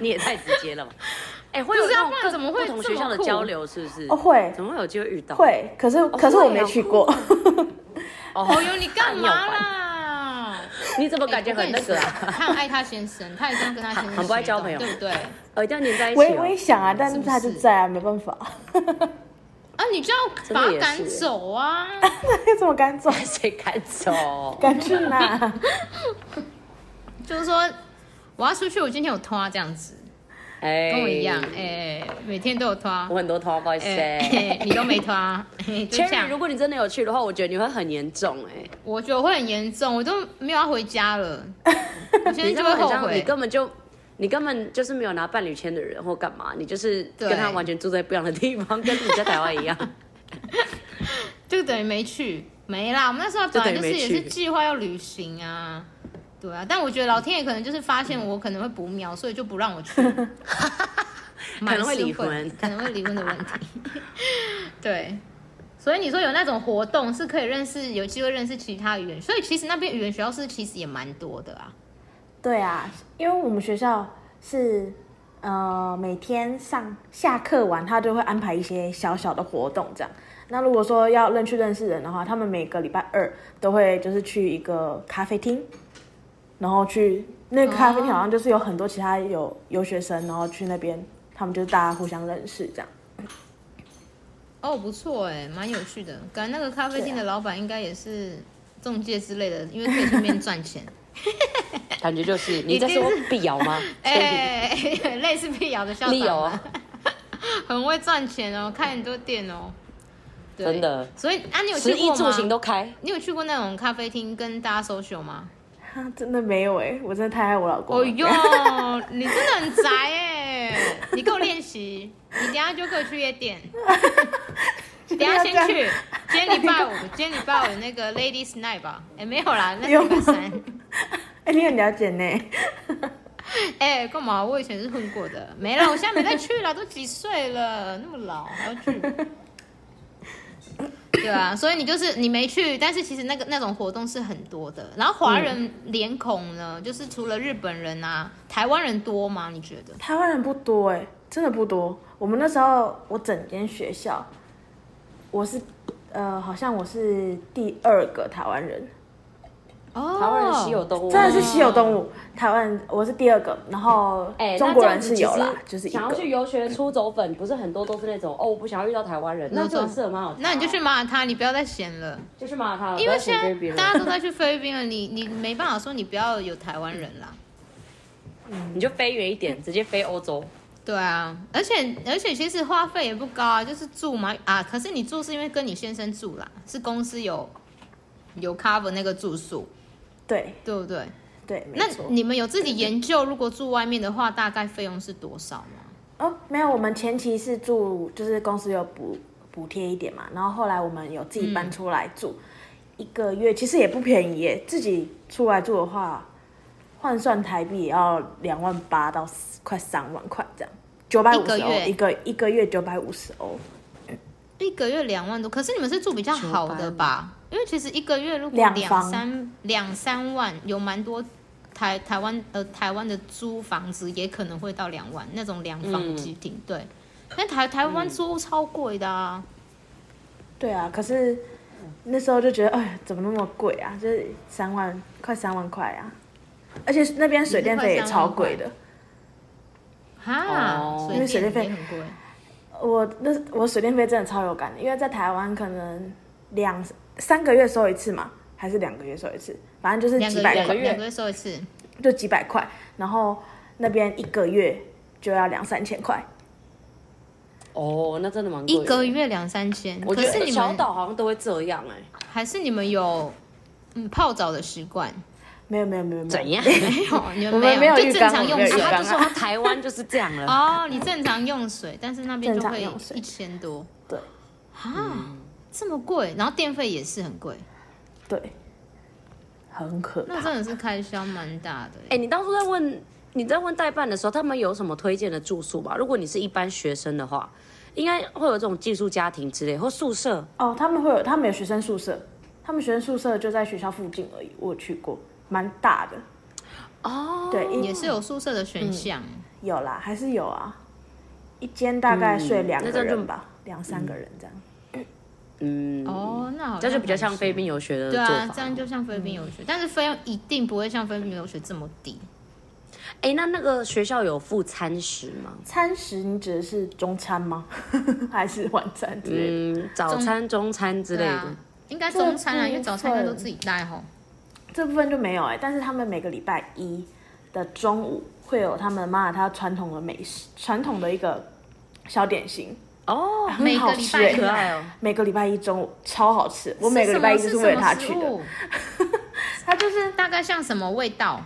[SPEAKER 1] 你也太直接了 吧？哎、会有
[SPEAKER 2] 不是
[SPEAKER 1] 那
[SPEAKER 2] 啊
[SPEAKER 1] 种
[SPEAKER 2] 不然
[SPEAKER 1] 各
[SPEAKER 2] 怎么会
[SPEAKER 1] 不同学
[SPEAKER 2] 这么
[SPEAKER 1] 校的
[SPEAKER 2] 酷
[SPEAKER 1] 交流，是不是？
[SPEAKER 3] 哦会
[SPEAKER 1] 怎么会有机会遇到？
[SPEAKER 3] 会，可是可是
[SPEAKER 1] 会
[SPEAKER 3] 我
[SPEAKER 1] 啊
[SPEAKER 3] 没去过，
[SPEAKER 1] 哦
[SPEAKER 2] 哦哟，你干
[SPEAKER 1] 很
[SPEAKER 2] 嘛
[SPEAKER 1] 有
[SPEAKER 2] 啦？
[SPEAKER 1] 你怎么感觉
[SPEAKER 2] 我跟
[SPEAKER 1] 很
[SPEAKER 2] 你
[SPEAKER 1] 那个啊？
[SPEAKER 2] 说哎他很爱他先生，他也这样跟他先生
[SPEAKER 1] 很很不爱交朋友
[SPEAKER 2] 对不对？啊，
[SPEAKER 1] 哦，一定要黏在一起、
[SPEAKER 3] 我也
[SPEAKER 1] 哦。
[SPEAKER 3] 我也想啊，但
[SPEAKER 2] 是
[SPEAKER 3] 是
[SPEAKER 2] 不
[SPEAKER 3] 他就是在啊，没办法，
[SPEAKER 2] 啊你就要把他赶走啊！
[SPEAKER 3] 那怎么赶 走？
[SPEAKER 1] 谁敢 走？
[SPEAKER 3] 赶去哪？
[SPEAKER 2] 就是说，我要出去，我今天有拖啊这样子，
[SPEAKER 1] 哎
[SPEAKER 2] 跟我一样，哎，每天都有拖，
[SPEAKER 1] 我很多头发不好意思。
[SPEAKER 2] 哎，你都没拖， 嘿就这
[SPEAKER 1] Cherry，如
[SPEAKER 2] 样。
[SPEAKER 1] 果你真的有去的话，我觉得你会很严重哎、
[SPEAKER 2] 我觉得我会很严重，我都没有要回 家了，我现在
[SPEAKER 1] 你
[SPEAKER 2] 就
[SPEAKER 1] 这
[SPEAKER 2] 会
[SPEAKER 1] 么很
[SPEAKER 2] 后
[SPEAKER 1] 像，你
[SPEAKER 2] 悔。
[SPEAKER 1] 根本就，你根本就是没有拿伴侣签的人或干嘛，你就是跟他
[SPEAKER 2] 对
[SPEAKER 1] 完全住在不一样的地方，跟你在台湾一 样。
[SPEAKER 2] 就等于没去，没啦。我们那时候本来就是也
[SPEAKER 1] 就等于
[SPEAKER 2] 是
[SPEAKER 1] 没去
[SPEAKER 2] 计划要旅行啊，对啊。但我觉得老天爷可能就是发现我可能会不妙，所以就不让我去，
[SPEAKER 1] 可
[SPEAKER 2] 蛮
[SPEAKER 1] 能会离
[SPEAKER 2] 是会
[SPEAKER 1] 婚
[SPEAKER 2] 可能会离婚的问题。对，所以你说有那种活动是可以认识，有机会认识其他语言，所以其实那边语言学校是其实也蛮多的啊。
[SPEAKER 3] 对啊，因为我们学校是呃每天上下课完，他就会安排一些小小的活动这样。那如果说要认去认识人的话，他们每个礼拜二都会就是去一个咖啡厅，然后去那个咖啡厅好像就是有很多其他有留学生，然后去那边，他们就是大家互相认识这样。
[SPEAKER 2] 哦，不错哎，蛮有趣的。感觉那个咖啡店的老板应该也是中介之类的，因为可以顺便赚钱。
[SPEAKER 1] 感觉就是你在
[SPEAKER 2] 一定
[SPEAKER 1] 说
[SPEAKER 2] 是
[SPEAKER 1] 碧瑶 吗？啊
[SPEAKER 2] 哎、类似碧瑶的校
[SPEAKER 1] Cherry 碧
[SPEAKER 2] 长
[SPEAKER 1] 瑶
[SPEAKER 2] 嘛，很会赚钱哦，开很多店哦，对
[SPEAKER 1] 真的。
[SPEAKER 2] 所以啊，你有去
[SPEAKER 1] 食衣
[SPEAKER 2] 过
[SPEAKER 1] 住行
[SPEAKER 2] 吗？
[SPEAKER 1] 都开，
[SPEAKER 2] 你有去过那种咖啡厅跟大家 social 吗？
[SPEAKER 3] 啊，真的没有哎、我真的太爱我老公了。
[SPEAKER 2] 哦哟， 你真的很宅哎！你给我练习，你等一下就给我去夜 店。等一下先去，今天礼拜五，今天礼拜五那个 Ladies Night 吧？哎、没有啦，那
[SPEAKER 3] 有
[SPEAKER 2] 礼拜三。
[SPEAKER 3] 哎、你很了解呢。
[SPEAKER 2] 哎、干嘛？我以前是混过的，没了，我现在没再去了，都几岁了，那么老还要去？对啊，所以你就是你没去，但是其实那个那种活动是很多的。然后华人脸孔呢，就是除了日本人啊，台湾人多吗？你觉得？
[SPEAKER 3] 台湾人不多哎、真的不多。我们那时候，我整间学校，我是呃，好像我是第二个台湾人，
[SPEAKER 2] 哦，
[SPEAKER 1] 台湾人稀有动物，
[SPEAKER 3] 真的是稀有动物。台湾人我是第二个，然后
[SPEAKER 1] 哎、那
[SPEAKER 3] 中国
[SPEAKER 1] 这样
[SPEAKER 3] 人
[SPEAKER 1] 子
[SPEAKER 3] 是
[SPEAKER 1] 其
[SPEAKER 3] 有
[SPEAKER 1] 实
[SPEAKER 3] 啦，就是一
[SPEAKER 1] 想要去
[SPEAKER 3] 个。
[SPEAKER 1] 游学出走粉，不是很多都是那种哦，我不想要遇到台湾人，那
[SPEAKER 2] 没错
[SPEAKER 1] 这种事很蛮好。
[SPEAKER 2] 那你就去，骂他，你不要再闲了，
[SPEAKER 1] 就去骂他了，
[SPEAKER 2] 因
[SPEAKER 1] 不
[SPEAKER 2] 为
[SPEAKER 1] 要
[SPEAKER 2] 现
[SPEAKER 1] 选
[SPEAKER 2] 在
[SPEAKER 1] 菲律宾
[SPEAKER 2] 大家
[SPEAKER 1] 人，
[SPEAKER 2] 都在去菲律宾了，你你没办法说你不要有台湾人啦。
[SPEAKER 1] 你就飞远一点，直接飞欧洲。
[SPEAKER 2] 对啊，而且而且其实花费也不高啊，就是住嘛啊，可是你住是因为跟你先生住啦，是公司有有 cover 那个住宿，
[SPEAKER 3] 对
[SPEAKER 2] 对不对？
[SPEAKER 3] 对，没
[SPEAKER 2] 那
[SPEAKER 3] 错。
[SPEAKER 2] 你们有自己研究，如果住外面的话，大概费用是多少吗？
[SPEAKER 3] 哦，没有，我们前期是住，就是公司有补补贴一点嘛，然后后来我们有自己搬出来住，一个月其实也不便宜耶，自己出来住的话，换算台币也要两万八到四快三万块这样，九百
[SPEAKER 2] 一
[SPEAKER 3] 五
[SPEAKER 2] 个
[SPEAKER 3] 十欧
[SPEAKER 2] 月
[SPEAKER 3] 一个一个月九百五十欧，
[SPEAKER 2] 一个月两万多，可是你们是住比较好的吧？因为其实一个月如果
[SPEAKER 3] 两
[SPEAKER 2] 两
[SPEAKER 3] 房
[SPEAKER 2] 三两三万，有蛮多台台湾呃台湾的租房子也可能会到两万那种两房
[SPEAKER 1] 嗯
[SPEAKER 2] 几厅，对。但台台湾
[SPEAKER 3] 嗯
[SPEAKER 2] 租超贵的啊。
[SPEAKER 3] 对啊，可是那时候就觉得，哎，怎么那么贵啊？就是三万快三万块啊，而且那边水电费也超贵的，
[SPEAKER 2] 哈，
[SPEAKER 1] 哦
[SPEAKER 2] 水电
[SPEAKER 3] 水电
[SPEAKER 2] 费
[SPEAKER 3] 费
[SPEAKER 2] 很贵，
[SPEAKER 3] 我那我水电费真的超有感的，因为在台湾可能两三个月收一次嘛，还是两个月收一次，反正就是
[SPEAKER 2] 两
[SPEAKER 3] 几
[SPEAKER 2] 个
[SPEAKER 3] 百
[SPEAKER 2] 两
[SPEAKER 3] 块
[SPEAKER 2] 个，月两个月收一次，
[SPEAKER 3] 就几百块，然后那边一个月就要两三千块。
[SPEAKER 1] 哦，那真的蛮贵的
[SPEAKER 2] 一个。月两三千。
[SPEAKER 1] 我
[SPEAKER 2] 可
[SPEAKER 1] 觉
[SPEAKER 2] 是
[SPEAKER 1] 得
[SPEAKER 2] 你
[SPEAKER 1] 小
[SPEAKER 2] 们
[SPEAKER 1] 岛好像都会这样哎、
[SPEAKER 2] 还是你们有嗯泡澡的习 惯？
[SPEAKER 3] 没有没有没有没有，
[SPEAKER 1] 怎 样？
[SPEAKER 2] 没有，你
[SPEAKER 3] 我们
[SPEAKER 2] 们
[SPEAKER 3] 没有
[SPEAKER 2] 就
[SPEAKER 3] 浴
[SPEAKER 2] 正
[SPEAKER 3] 缸
[SPEAKER 2] 常
[SPEAKER 3] 我
[SPEAKER 2] 用
[SPEAKER 3] 们 没有浴
[SPEAKER 2] 水
[SPEAKER 3] 缸
[SPEAKER 1] 啊他就说他台湾就是这样 了。
[SPEAKER 2] 哦，你正常用水，但是那边就
[SPEAKER 3] 正常
[SPEAKER 2] 会
[SPEAKER 3] 用水
[SPEAKER 2] 一千多
[SPEAKER 3] 对
[SPEAKER 2] 啊，这么贵，然后电费也是很贵，
[SPEAKER 3] 对，很可
[SPEAKER 2] 那
[SPEAKER 3] 怕。
[SPEAKER 2] 真的是开销蛮大的
[SPEAKER 1] 哎、。你当初在问你在问代办的时候，他们有什么推荐的住宿吗？如果你是一般学生的话，应该会有这种寄宿家庭之类或宿舍。
[SPEAKER 3] 哦，他们会有，他们有学生宿舍，他们学生宿舍就在学校附近而已，我有去过，蛮大的。哦，对，一
[SPEAKER 2] 也是有宿舍的选项，
[SPEAKER 3] 有啦，还是有啊，一间大概睡两
[SPEAKER 1] 那这
[SPEAKER 3] 个
[SPEAKER 1] 样就
[SPEAKER 3] 人吧，两三个人嗯这样。
[SPEAKER 1] 嗯，
[SPEAKER 2] 哦，那好像
[SPEAKER 1] 这就比较像
[SPEAKER 2] 蛮
[SPEAKER 1] 非兵游学的
[SPEAKER 2] 对
[SPEAKER 1] 做法。
[SPEAKER 2] 啊，这样就像菲律宾游
[SPEAKER 3] 嗯
[SPEAKER 2] 学，但是费用一定不会像菲律宾游学这么低。
[SPEAKER 1] 哎、那那个学校有附餐食吗？
[SPEAKER 3] 餐食你指的是中餐吗？ 还是晚餐之类的？
[SPEAKER 1] 嗯，早餐、中餐之类
[SPEAKER 2] 对
[SPEAKER 1] 的。
[SPEAKER 2] 啊，应该中餐啊，
[SPEAKER 3] 这
[SPEAKER 2] 因为早餐应该都自己带 吼。
[SPEAKER 3] 这部分就没有哎、但是他们每个礼拜一的中午会有他们马耳他传统的美食，传统的一个小点心，
[SPEAKER 1] 哦，
[SPEAKER 2] 每
[SPEAKER 3] 好
[SPEAKER 2] 个礼
[SPEAKER 3] 吃
[SPEAKER 2] 拜
[SPEAKER 3] 欸
[SPEAKER 2] 一
[SPEAKER 1] 可爱哦
[SPEAKER 3] 每个礼拜一中午超好吃，我每个礼拜一就是为了它去的。
[SPEAKER 2] 的。
[SPEAKER 3] 它就是，
[SPEAKER 2] 大概像什么味道？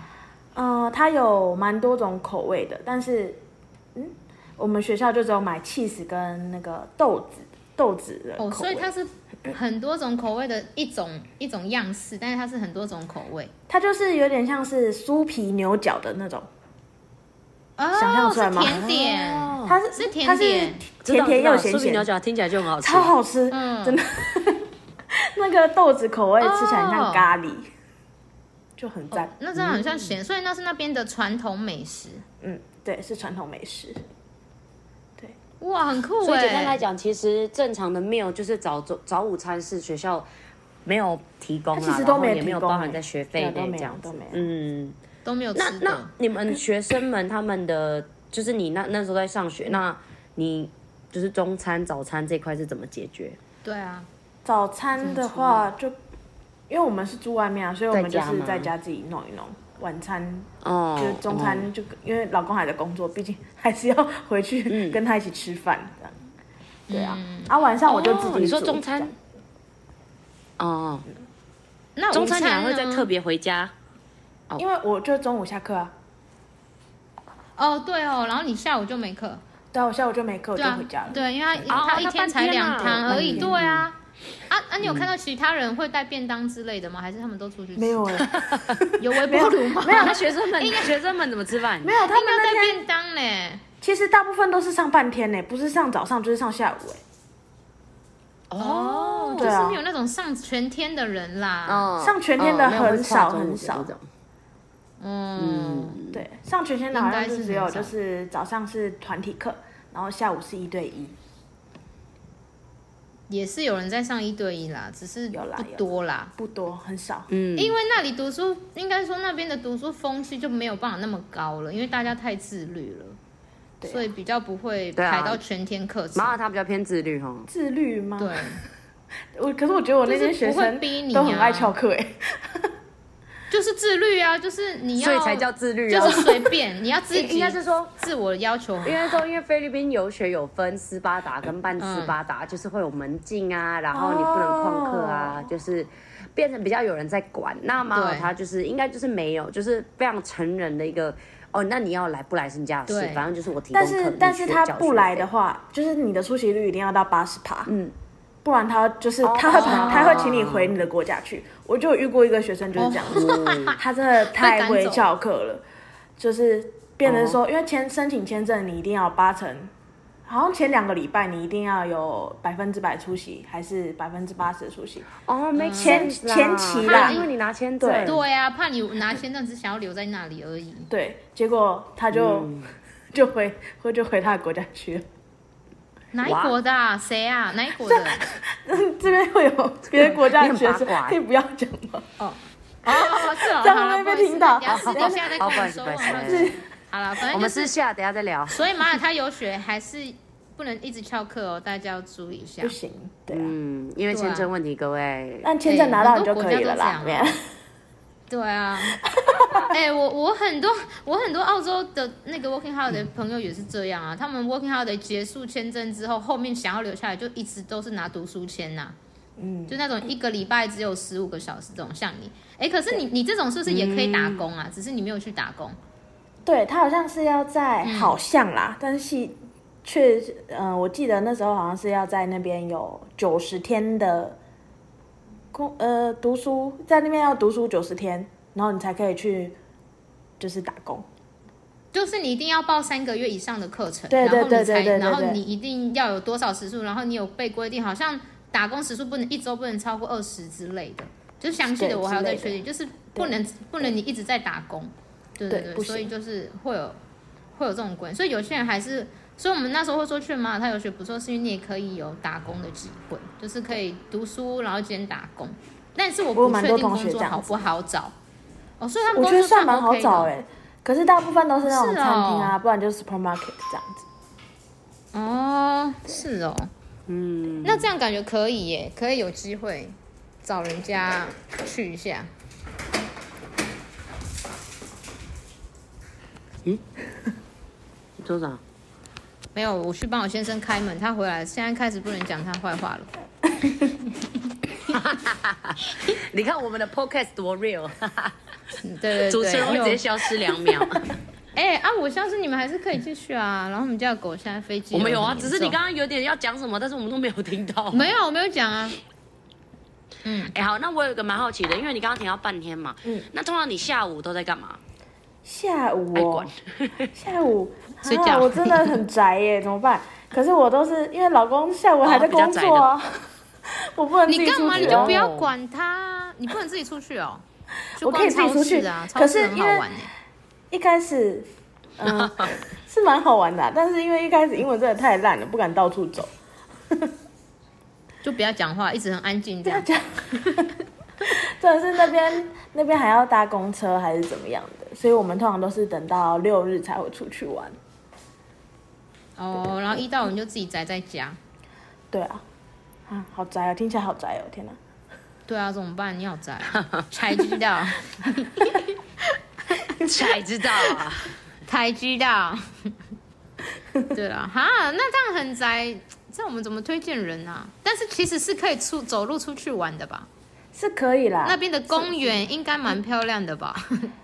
[SPEAKER 3] 嗯、它有蛮多种口味的，但是，嗯，我们学校就只有买 cheese 跟那个豆子，豆子的口
[SPEAKER 2] 哦，
[SPEAKER 3] 味。
[SPEAKER 2] 所以它是很多种口味的一种一种样式，但是它是很多种口味。
[SPEAKER 3] 它就是有点像是酥皮牛角的那种，
[SPEAKER 2] 哦，
[SPEAKER 3] 想象出来
[SPEAKER 2] 是
[SPEAKER 3] 吗
[SPEAKER 2] 甜点，
[SPEAKER 1] 哦
[SPEAKER 3] 它是
[SPEAKER 2] 是甜
[SPEAKER 3] 它是
[SPEAKER 2] 点
[SPEAKER 1] 知道
[SPEAKER 3] 甜甜又
[SPEAKER 1] 知道
[SPEAKER 3] 咸
[SPEAKER 1] 酥皮
[SPEAKER 3] 咸
[SPEAKER 1] 牛，角听起来就很好吃。
[SPEAKER 3] 超好吃，
[SPEAKER 2] 嗯
[SPEAKER 3] 真的。 那个豆子口味吃起来很
[SPEAKER 2] 哦
[SPEAKER 3] 像咖喱，就
[SPEAKER 1] 哦
[SPEAKER 3] 很赞。
[SPEAKER 2] 那真的很像咸，所以那是那边的传统美食。
[SPEAKER 3] 嗯，对，是传统美食。
[SPEAKER 2] 哇，很酷
[SPEAKER 1] 所以
[SPEAKER 2] 哎！
[SPEAKER 1] 简单来讲，其实正常的 meal 就是早中早午餐是学校没有提供啦，
[SPEAKER 3] 啊它其实都
[SPEAKER 1] 然后
[SPEAKER 3] 没有
[SPEAKER 1] 也没有
[SPEAKER 3] 提供
[SPEAKER 1] 包含
[SPEAKER 3] 欸
[SPEAKER 1] 在学费
[SPEAKER 3] 对啊都
[SPEAKER 1] 内
[SPEAKER 3] 没
[SPEAKER 1] 这
[SPEAKER 3] 有
[SPEAKER 1] 样子
[SPEAKER 3] 都没有。
[SPEAKER 1] 嗯，
[SPEAKER 2] 都没有吃
[SPEAKER 1] 那
[SPEAKER 2] 的
[SPEAKER 1] 那。你们学生们他们的就是你那那时候在上学，那你就是中餐、早餐这块是怎么解决？
[SPEAKER 2] 对啊，
[SPEAKER 3] 早餐的话就，因为我们是住外面啊，所以我们就
[SPEAKER 1] 在家
[SPEAKER 3] 是
[SPEAKER 1] 吗
[SPEAKER 3] 在家自己弄一弄。晚餐
[SPEAKER 1] 哦，
[SPEAKER 3] 就是中
[SPEAKER 1] 哦
[SPEAKER 3] 餐就，因为老公还在工作，毕竟 还是要回
[SPEAKER 1] 嗯
[SPEAKER 3] 去跟他一起吃饭这样。对啊，
[SPEAKER 2] 嗯
[SPEAKER 3] 啊晚上我就自己煮。
[SPEAKER 1] 哦你说中餐
[SPEAKER 3] 这样？
[SPEAKER 1] 哦，
[SPEAKER 2] 那
[SPEAKER 1] 中
[SPEAKER 2] 午
[SPEAKER 1] 餐
[SPEAKER 2] 餐
[SPEAKER 1] 你还会
[SPEAKER 2] 呢
[SPEAKER 1] 再特别回家？
[SPEAKER 3] 因为我就中午下课啊，
[SPEAKER 2] 哦，对哦，然后你下午就没课，
[SPEAKER 3] 对啊，我下午就没课，我就
[SPEAKER 2] 对啊
[SPEAKER 3] 回家了，。
[SPEAKER 2] 对，因为他、
[SPEAKER 1] 哦
[SPEAKER 2] 他一
[SPEAKER 1] 那半
[SPEAKER 2] 天才
[SPEAKER 1] 天嗯
[SPEAKER 2] 两
[SPEAKER 1] 啊
[SPEAKER 2] 堂而已，
[SPEAKER 3] 半天
[SPEAKER 2] 对啊。啊啊！你有看到其他人会带便当之类的吗？还是他们都出去吃？
[SPEAKER 3] 没有哎、
[SPEAKER 2] 有微波炉吗？没
[SPEAKER 1] 那 学生们，学生们怎么吃饭？
[SPEAKER 3] 没有，他 们
[SPEAKER 2] 应该
[SPEAKER 3] 那
[SPEAKER 2] 带
[SPEAKER 3] 天
[SPEAKER 2] 便当嘞。
[SPEAKER 3] 其实大部分都是上半天呢、不是上早上就是上下午哎、
[SPEAKER 1] 哦，
[SPEAKER 3] 对
[SPEAKER 2] 就是
[SPEAKER 3] 啊
[SPEAKER 2] 没有那种上全天的人啦。
[SPEAKER 1] 哦
[SPEAKER 3] 上全天的
[SPEAKER 1] 哦没有会
[SPEAKER 3] 很少
[SPEAKER 1] 跨中午的
[SPEAKER 3] 很少
[SPEAKER 1] 那种
[SPEAKER 2] 嗯，
[SPEAKER 3] 对，上全天的好像就只
[SPEAKER 2] 应
[SPEAKER 3] 有
[SPEAKER 2] 该是很少
[SPEAKER 3] 就是早上是团体课，然后下午是一对一。
[SPEAKER 2] 也是有人在上一对一啦，只是
[SPEAKER 3] 有啦
[SPEAKER 2] 不
[SPEAKER 3] 有啦
[SPEAKER 2] 多啦。
[SPEAKER 3] 不多，很少。
[SPEAKER 1] 嗯，
[SPEAKER 2] 因为那里读书，应该说那边的读书风气就没有办法那么高了，因为大家太自律了，
[SPEAKER 3] 对啊
[SPEAKER 2] 所以比较不会
[SPEAKER 1] 对啊
[SPEAKER 2] 排到全天课程
[SPEAKER 1] 马。尔他比较偏自律哈。
[SPEAKER 3] 自律吗？
[SPEAKER 2] 对，
[SPEAKER 3] 我可是我觉得我那些学
[SPEAKER 2] 就是不
[SPEAKER 3] 生
[SPEAKER 2] 会逼你啊
[SPEAKER 3] 都很爱翘课哎，
[SPEAKER 2] 就是自律啊，就是你要，
[SPEAKER 1] 所以才叫自律啊
[SPEAKER 2] 就是随便，你要自己，
[SPEAKER 1] 应该是说，
[SPEAKER 2] 自我要求很
[SPEAKER 1] 应该说，因为菲律宾游学有分斯巴达跟半斯巴
[SPEAKER 2] 嗯
[SPEAKER 1] 达，就是会有门禁啊，然后你不能旷课啊，
[SPEAKER 3] 哦
[SPEAKER 1] 就是变成比较有人在管。那马尔
[SPEAKER 2] 对
[SPEAKER 1] 他就是应该就是没有，就是非常成人的一个。哦，那你要来不来是你家的事
[SPEAKER 2] 对，
[SPEAKER 1] 反正就是我提供
[SPEAKER 3] 但
[SPEAKER 1] 课你
[SPEAKER 3] 是
[SPEAKER 1] 去
[SPEAKER 3] 但是他
[SPEAKER 1] 交学
[SPEAKER 3] 不来
[SPEAKER 1] 费
[SPEAKER 3] 的话，就是你的出席率一定要到八十趴，
[SPEAKER 1] 嗯，
[SPEAKER 3] 不然他就是
[SPEAKER 1] 哦
[SPEAKER 3] 他会
[SPEAKER 1] 哦
[SPEAKER 3] 把他会请你回你的国家去。我就有遇过一个学生就是这样子，
[SPEAKER 1] 哦
[SPEAKER 3] 他真的太会翘课了，就是变成
[SPEAKER 1] 哦
[SPEAKER 3] 说，因为签申请签证你一定要八成，好像前两个礼拜你一定要有百分之百出席，还是百分之八十的出席。
[SPEAKER 1] 哦，没
[SPEAKER 3] 前前期啦
[SPEAKER 1] 因为你拿签证，
[SPEAKER 3] 对
[SPEAKER 2] 嗯对啊，怕你拿签证只想要留在那里而已。
[SPEAKER 3] 对，结果他就、
[SPEAKER 1] 嗯
[SPEAKER 3] 就回回就回他的国家去了。
[SPEAKER 2] 哪一国的、啊？谁啊？哪一国的？
[SPEAKER 3] 这边会有别的国家的学
[SPEAKER 1] 你很
[SPEAKER 3] 生
[SPEAKER 1] 八卦，欸
[SPEAKER 3] 可以不要讲吗？
[SPEAKER 2] 哦，是哦，
[SPEAKER 3] 这样
[SPEAKER 2] 好啦
[SPEAKER 3] 会被
[SPEAKER 2] 不好意思
[SPEAKER 3] 听
[SPEAKER 2] 等
[SPEAKER 3] 到
[SPEAKER 2] 一下私底下再
[SPEAKER 1] 好
[SPEAKER 2] 跟
[SPEAKER 1] 不好意
[SPEAKER 2] 你
[SPEAKER 1] 思
[SPEAKER 2] 说。
[SPEAKER 1] 不好意思
[SPEAKER 2] 好啦好啦，反
[SPEAKER 1] 我
[SPEAKER 2] 正
[SPEAKER 1] 们
[SPEAKER 2] 就
[SPEAKER 1] 私
[SPEAKER 2] 是，
[SPEAKER 1] 下等一下再聊。
[SPEAKER 2] 所以马尔他游学还是不能一直翘课哦，大家要注意一下
[SPEAKER 3] 不。行，对啊。
[SPEAKER 1] 嗯，因为
[SPEAKER 2] 对啊
[SPEAKER 1] 签证问题，各位，
[SPEAKER 3] 但签证拿到你就可以了
[SPEAKER 2] 哎
[SPEAKER 3] 啦
[SPEAKER 2] 很多国家都，这
[SPEAKER 3] 没
[SPEAKER 2] 样
[SPEAKER 3] 有
[SPEAKER 2] 啊对啊， 哎、我我很多我很多澳洲的那个 working holiday 的朋友也是这样啊，他们 working holiday 结束签证之后，后面想要留下来就一直都是拿读书签呐、
[SPEAKER 3] 嗯，
[SPEAKER 2] 就那种一个礼拜只有十五个小时这种，像你，哎、可是你你这种是不是也可以打工啊？只是你没有去打工。
[SPEAKER 3] 对他好像是要
[SPEAKER 2] 嗯
[SPEAKER 3] 在好像啦，但是细确嗯、呃，我记得那时候好像是要在那边有九十天的工呃读书，在那边要读书九十天，然后你才可以去就是打工。
[SPEAKER 2] 就是你一定要报三个月以上的课程，
[SPEAKER 3] 对对对对对对
[SPEAKER 2] 然后你才，然后
[SPEAKER 3] 对
[SPEAKER 2] 你一定要有多少时数，然后你有被规定，好像打工时数不能一周不能超过二十之类的，就是详细
[SPEAKER 3] 对
[SPEAKER 2] 的我还要再
[SPEAKER 3] 之
[SPEAKER 2] 确
[SPEAKER 3] 类
[SPEAKER 2] 定，就是不能不能你一直在打工，对
[SPEAKER 3] 对
[SPEAKER 2] 对，
[SPEAKER 3] 不行
[SPEAKER 2] 所以就是会有会有这种规定，所以有些人还是，所以我们那时候会说去马耳他留学不错，是因为你也可以有打工的机会，就是可以读书然后兼打工，但是我
[SPEAKER 3] 我有
[SPEAKER 2] 不
[SPEAKER 3] 蛮
[SPEAKER 2] 确
[SPEAKER 3] 多
[SPEAKER 2] 定
[SPEAKER 3] 同学
[SPEAKER 2] 工作
[SPEAKER 3] 这样
[SPEAKER 2] 好
[SPEAKER 3] 子
[SPEAKER 2] 不好找，哦，所以他们
[SPEAKER 3] 我
[SPEAKER 2] 工
[SPEAKER 3] 觉
[SPEAKER 2] 作
[SPEAKER 3] 得算蛮
[SPEAKER 2] OK
[SPEAKER 3] 好
[SPEAKER 2] 的
[SPEAKER 3] 找哎、可是大部分都是那种
[SPEAKER 2] 是
[SPEAKER 3] 餐
[SPEAKER 2] 哦
[SPEAKER 3] 厅啊，不然就是 supermarket 这样子。
[SPEAKER 2] 哦，是哦，
[SPEAKER 1] 嗯，
[SPEAKER 2] 那这样感觉可以耶，可以有机会找人家去一下。
[SPEAKER 1] 你说啥？
[SPEAKER 2] 没有，我去帮我先生开门，他回来，现在开始不能讲他坏话了。
[SPEAKER 1] 你看我们的 podcast 多 real，
[SPEAKER 2] 嗯对对对，
[SPEAKER 1] 主持人会
[SPEAKER 2] 因
[SPEAKER 1] 直
[SPEAKER 2] 为
[SPEAKER 1] 接
[SPEAKER 2] 我
[SPEAKER 1] 消失两 秒。
[SPEAKER 2] 哎、啊，我相信你们还是可以继续啊。然后我们家的狗现在飞机，
[SPEAKER 1] 我们有啊，只是你刚刚有点要讲什么，但是我们都没有听到。
[SPEAKER 2] 没有，我没有讲啊。
[SPEAKER 1] 哎、好，那我有一个蛮好奇的，因为你刚刚提到半天嘛，嗯
[SPEAKER 3] 嗯，
[SPEAKER 1] 那通常你下午都在干嘛？
[SPEAKER 3] 下午
[SPEAKER 1] 爱
[SPEAKER 3] 哦
[SPEAKER 1] 管，
[SPEAKER 3] 下午
[SPEAKER 2] 睡
[SPEAKER 3] 啊，
[SPEAKER 2] 觉
[SPEAKER 3] 我真的很宅耶，怎么办？可是我都是因为老公下
[SPEAKER 2] 哦
[SPEAKER 3] 午还在工作啊， 我不能自
[SPEAKER 2] 你
[SPEAKER 3] 己
[SPEAKER 2] 干
[SPEAKER 3] 出
[SPEAKER 2] 嘛？
[SPEAKER 3] 去
[SPEAKER 2] 你
[SPEAKER 3] 啊
[SPEAKER 2] 就不要管他，你不能自己出去哦。去
[SPEAKER 3] 我可以
[SPEAKER 2] 逛
[SPEAKER 3] 自己
[SPEAKER 2] 超
[SPEAKER 3] 出去
[SPEAKER 2] 市啊，超
[SPEAKER 3] 可是
[SPEAKER 2] 市很好
[SPEAKER 3] 因为
[SPEAKER 2] 玩耶。
[SPEAKER 3] 一开始，嗯、 是蛮好玩的啊、但是因为一开始英文真的太烂了，不敢到处走。
[SPEAKER 2] 就不要讲话，一直很安静 这
[SPEAKER 3] 大
[SPEAKER 2] 样。
[SPEAKER 3] 家 真的是那边那边还要搭公车还是怎么样的，所以我们通常都是等到六日才会出去玩。
[SPEAKER 2] 哦，然后一到我们就自己宅在家。
[SPEAKER 3] 对啊，啊，好宅哦，听起来好宅哦，天哪！
[SPEAKER 2] 对啊，怎么办？你好 宅啊，才知 道，
[SPEAKER 1] 才知道 啊，
[SPEAKER 2] 才知道。对了，哈，那这样很宅，这我们怎么推荐人啊？但是其实是可以出走路出去玩的吧？
[SPEAKER 3] 是可以啦，
[SPEAKER 2] 那边的公园应该蛮漂亮的吧？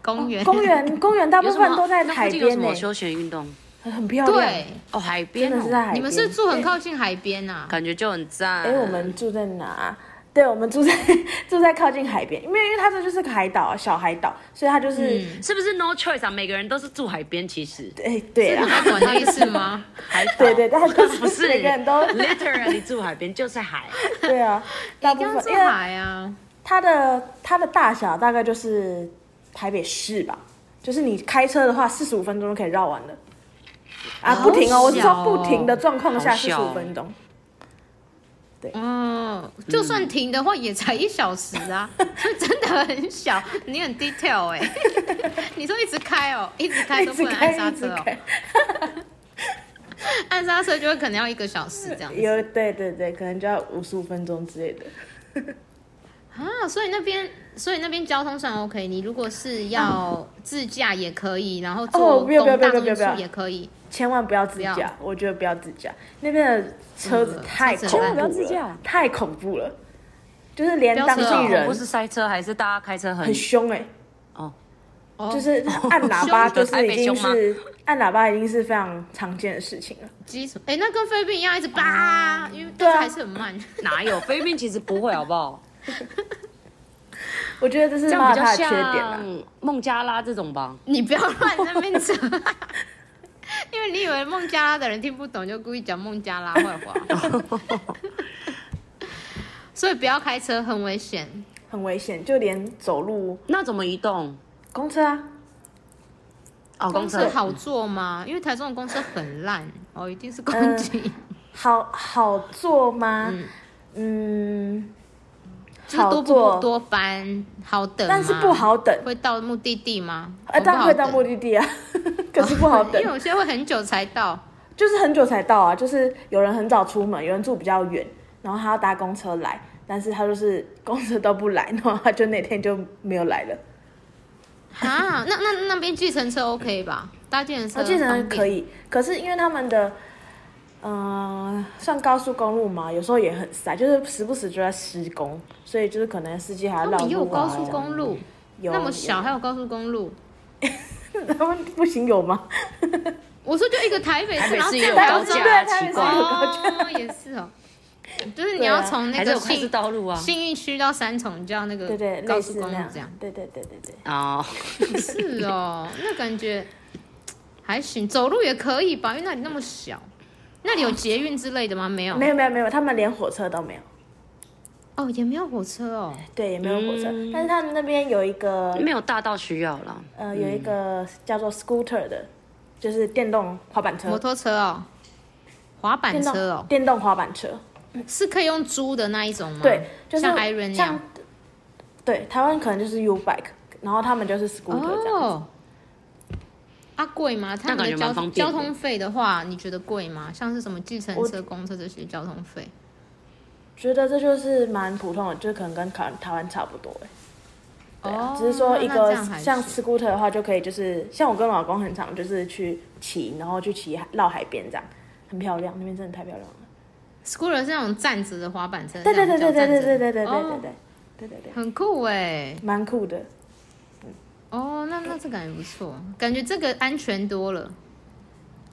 [SPEAKER 2] 公园，
[SPEAKER 3] 哦公园公园大
[SPEAKER 1] 有
[SPEAKER 3] 部
[SPEAKER 1] 什么
[SPEAKER 3] 分都在
[SPEAKER 1] 那附
[SPEAKER 3] 海
[SPEAKER 1] 近有什
[SPEAKER 3] 边欸
[SPEAKER 1] 么
[SPEAKER 3] 呢、
[SPEAKER 1] 休闲运动？
[SPEAKER 3] 很漂 亮。
[SPEAKER 2] 对，，
[SPEAKER 1] 哦，海边
[SPEAKER 3] 真的是在
[SPEAKER 1] 哦，
[SPEAKER 3] 海边。
[SPEAKER 2] 你们是住很靠近海边啊？
[SPEAKER 1] 感觉就很赞。
[SPEAKER 3] 哎、我们住在哪？对，我们住在 住在靠近海边，因为因为它这就是个海岛啊，小海岛，所以它就是，
[SPEAKER 2] 嗯，
[SPEAKER 1] 是不是 no choice 啊？每个人都是住海边，其实
[SPEAKER 3] 哎、对
[SPEAKER 2] 你
[SPEAKER 3] 啦，
[SPEAKER 2] 在管那意思吗？
[SPEAKER 1] 海岛
[SPEAKER 3] 对对，大家都
[SPEAKER 1] 不是
[SPEAKER 3] 是每个人都
[SPEAKER 1] literally 住海边就是海，
[SPEAKER 3] 对啊， 大部
[SPEAKER 2] 刚
[SPEAKER 3] 分
[SPEAKER 2] 住
[SPEAKER 3] 因为
[SPEAKER 2] 海啊，
[SPEAKER 3] 它的它的大小大概就是台北市吧，就是你开车的话，四十五分钟就可以绕完了。啊，不停哦，我是
[SPEAKER 2] 小哦
[SPEAKER 3] 说不停的状况下
[SPEAKER 1] 好
[SPEAKER 3] 四
[SPEAKER 1] 小
[SPEAKER 3] 十
[SPEAKER 1] 哦
[SPEAKER 3] 五分钟，
[SPEAKER 2] 哦，就算停的话也才一小时啊，
[SPEAKER 3] 嗯
[SPEAKER 2] 所以真的很小。你很 detail 哎、你说一直开哦，一直开
[SPEAKER 3] 一
[SPEAKER 2] 都不
[SPEAKER 3] 直
[SPEAKER 2] 能
[SPEAKER 3] 开
[SPEAKER 2] 按刹
[SPEAKER 3] 一
[SPEAKER 2] 车
[SPEAKER 3] 直
[SPEAKER 2] 哦，
[SPEAKER 3] 开，
[SPEAKER 2] 按刹车就会可能要一个小时这样子
[SPEAKER 3] 有对对对，可能就要五十五分钟之类的。
[SPEAKER 2] 啊。所以那边，所以那边交通算 OK。你如果是要自驾也可以，然后坐
[SPEAKER 3] 啊哦不要不要
[SPEAKER 2] 公大
[SPEAKER 3] 不
[SPEAKER 2] 众
[SPEAKER 3] 要不
[SPEAKER 2] 运
[SPEAKER 3] 要不要
[SPEAKER 2] 输也可以。
[SPEAKER 3] 千万不要自
[SPEAKER 2] 不要
[SPEAKER 3] 驾，我觉得不要自驾，那边的车子
[SPEAKER 2] 嗯
[SPEAKER 3] 太
[SPEAKER 2] 车
[SPEAKER 3] 恐
[SPEAKER 2] 子
[SPEAKER 3] 怖
[SPEAKER 2] 很
[SPEAKER 3] 了，
[SPEAKER 2] 烂
[SPEAKER 3] 太恐怖了，就是连当
[SPEAKER 2] 飙车哦
[SPEAKER 3] 地
[SPEAKER 1] 不
[SPEAKER 3] 人
[SPEAKER 1] 是塞车，还是大家开车很
[SPEAKER 3] 啊很凶哎、
[SPEAKER 1] 哦，
[SPEAKER 2] 哦，
[SPEAKER 3] 就是按喇叭，
[SPEAKER 1] 凶的
[SPEAKER 3] 就是已经
[SPEAKER 1] 台北
[SPEAKER 3] 是按喇叭已经是非常常见的事情了。
[SPEAKER 2] 基础哎、那跟菲律宾一样，一直叭，因为
[SPEAKER 3] 对
[SPEAKER 2] 但
[SPEAKER 3] 啊
[SPEAKER 2] 是还是很慢。
[SPEAKER 1] 哪有？ 菲律宾其实不会，好不好？
[SPEAKER 3] 我觉得这
[SPEAKER 1] 这
[SPEAKER 3] 是
[SPEAKER 1] 样
[SPEAKER 3] 马
[SPEAKER 1] 比
[SPEAKER 3] 耳他
[SPEAKER 1] 较
[SPEAKER 3] 的缺点啊。
[SPEAKER 1] 像孟加拉这种吧。
[SPEAKER 2] 你不要乱在那边 扯，因为你以为孟加拉的人听不懂，就故意讲孟加拉坏 话。所以不要开车，很危险。
[SPEAKER 3] 很危险，就连走路
[SPEAKER 1] 那怎么移动？
[SPEAKER 3] 公车啊，
[SPEAKER 1] 哦，
[SPEAKER 2] 公
[SPEAKER 1] 公
[SPEAKER 2] 车
[SPEAKER 1] 车
[SPEAKER 2] 好坐吗？因为台中的公车很烂哦，一定是
[SPEAKER 3] 呃
[SPEAKER 2] 公 斤，
[SPEAKER 3] 好好坐吗？嗯，
[SPEAKER 2] 就是多
[SPEAKER 3] 好
[SPEAKER 2] 不
[SPEAKER 3] 坐，
[SPEAKER 2] 多班，好等吗，
[SPEAKER 3] 但是不好等，
[SPEAKER 2] 会到目的地吗？
[SPEAKER 3] 呃，
[SPEAKER 2] 很不
[SPEAKER 3] 当然
[SPEAKER 2] 好
[SPEAKER 3] 会
[SPEAKER 2] 等
[SPEAKER 3] 到目的地啊，可是不好
[SPEAKER 2] 因
[SPEAKER 3] 等
[SPEAKER 2] 为，有些会很久才到。
[SPEAKER 3] 就是很久才到啊，就是有人很早出门，有人住比较远，然后他要搭公车来，但是他就是公车都不来，然后他就那天就没有 来了。
[SPEAKER 2] 啊，那那那边计程车 OK 吧？搭计程车
[SPEAKER 3] 啊，
[SPEAKER 2] 方
[SPEAKER 3] 计
[SPEAKER 2] 便，
[SPEAKER 3] 程车可以，可是因为他们的，嗯，算高速公路嘛，有时候也很塞，就是时不时就在施工，所以就是可能司机还
[SPEAKER 2] 他
[SPEAKER 3] 要绕
[SPEAKER 2] 们也有
[SPEAKER 3] 路啊。
[SPEAKER 2] 高速公路，
[SPEAKER 3] 有
[SPEAKER 2] 那么小，还有高速公路。
[SPEAKER 3] 有他们 不行 有吗？
[SPEAKER 2] 我说就一个台北市，
[SPEAKER 1] 台北
[SPEAKER 2] 然后
[SPEAKER 1] 市也有高
[SPEAKER 2] 再往上
[SPEAKER 1] 架
[SPEAKER 3] 对，
[SPEAKER 1] 啊
[SPEAKER 3] 台北
[SPEAKER 1] 奇
[SPEAKER 3] 市有高架
[SPEAKER 2] 哦，也是哦，就是你要从那
[SPEAKER 1] 还是
[SPEAKER 2] 个
[SPEAKER 1] 有快速
[SPEAKER 2] 信
[SPEAKER 1] 道路啊？
[SPEAKER 2] 信义区到三重，叫那个
[SPEAKER 3] 对对，
[SPEAKER 2] 高
[SPEAKER 3] 类
[SPEAKER 2] 速
[SPEAKER 3] 似
[SPEAKER 2] 公
[SPEAKER 3] 那
[SPEAKER 2] 路
[SPEAKER 3] 样
[SPEAKER 2] 这样。，
[SPEAKER 3] 对对对对对。
[SPEAKER 1] 哦，
[SPEAKER 2] 是哦，那感觉还行，走路也可以吧，因为那里那么小。那里有捷运之类的吗？没有，
[SPEAKER 3] 没有没有没有，他们连火车都没有，
[SPEAKER 2] 哦，也没有火车哦。
[SPEAKER 3] 对，也没有火车。
[SPEAKER 2] 嗯
[SPEAKER 3] 但是他们那边有一 个
[SPEAKER 1] 没有大到需要啦。
[SPEAKER 3] 呃，有一个叫做 scooter 的，就是电动滑板
[SPEAKER 2] 摩
[SPEAKER 3] 车，
[SPEAKER 2] 托车哦，滑板
[SPEAKER 3] 电动
[SPEAKER 2] 车哦，
[SPEAKER 3] 电动滑板车，
[SPEAKER 2] 是可以用租的那一种吗？
[SPEAKER 3] 对，就是
[SPEAKER 2] 像 Iron 那
[SPEAKER 3] 像
[SPEAKER 2] 样。
[SPEAKER 3] 对，台湾可能就是 U bike，然后他们就是 scooter 这样子。
[SPEAKER 2] 哦，啊贵吗？他
[SPEAKER 1] 那
[SPEAKER 2] 们
[SPEAKER 1] 感
[SPEAKER 2] 的
[SPEAKER 1] 觉
[SPEAKER 2] 交
[SPEAKER 1] 蛮方便
[SPEAKER 2] 交
[SPEAKER 1] 的
[SPEAKER 2] 通费的话，你觉得贵吗？像是什么计程车、
[SPEAKER 3] 我
[SPEAKER 2] 公车这些交通费？
[SPEAKER 3] 觉得这就是蛮普通的，就可能跟台台湾差不多哎、
[SPEAKER 2] 哦，
[SPEAKER 3] 只是说一
[SPEAKER 2] 那
[SPEAKER 3] 个
[SPEAKER 2] 这样还行
[SPEAKER 3] 像 scooter 的话，就可以就是像我跟我老公很常就是去骑，然后去骑海绕海边这样，很漂亮，那边真的太漂亮了。
[SPEAKER 2] scooter 是那种站着的滑板车，
[SPEAKER 3] 对对对对
[SPEAKER 2] 那种叫
[SPEAKER 3] 对对对对
[SPEAKER 2] 站着的
[SPEAKER 3] 对对对
[SPEAKER 2] 哦
[SPEAKER 3] 对对对对，
[SPEAKER 2] 很酷哎。
[SPEAKER 3] 蛮酷的。
[SPEAKER 2] 哦，那那这感觉不错，感觉这个安全多了。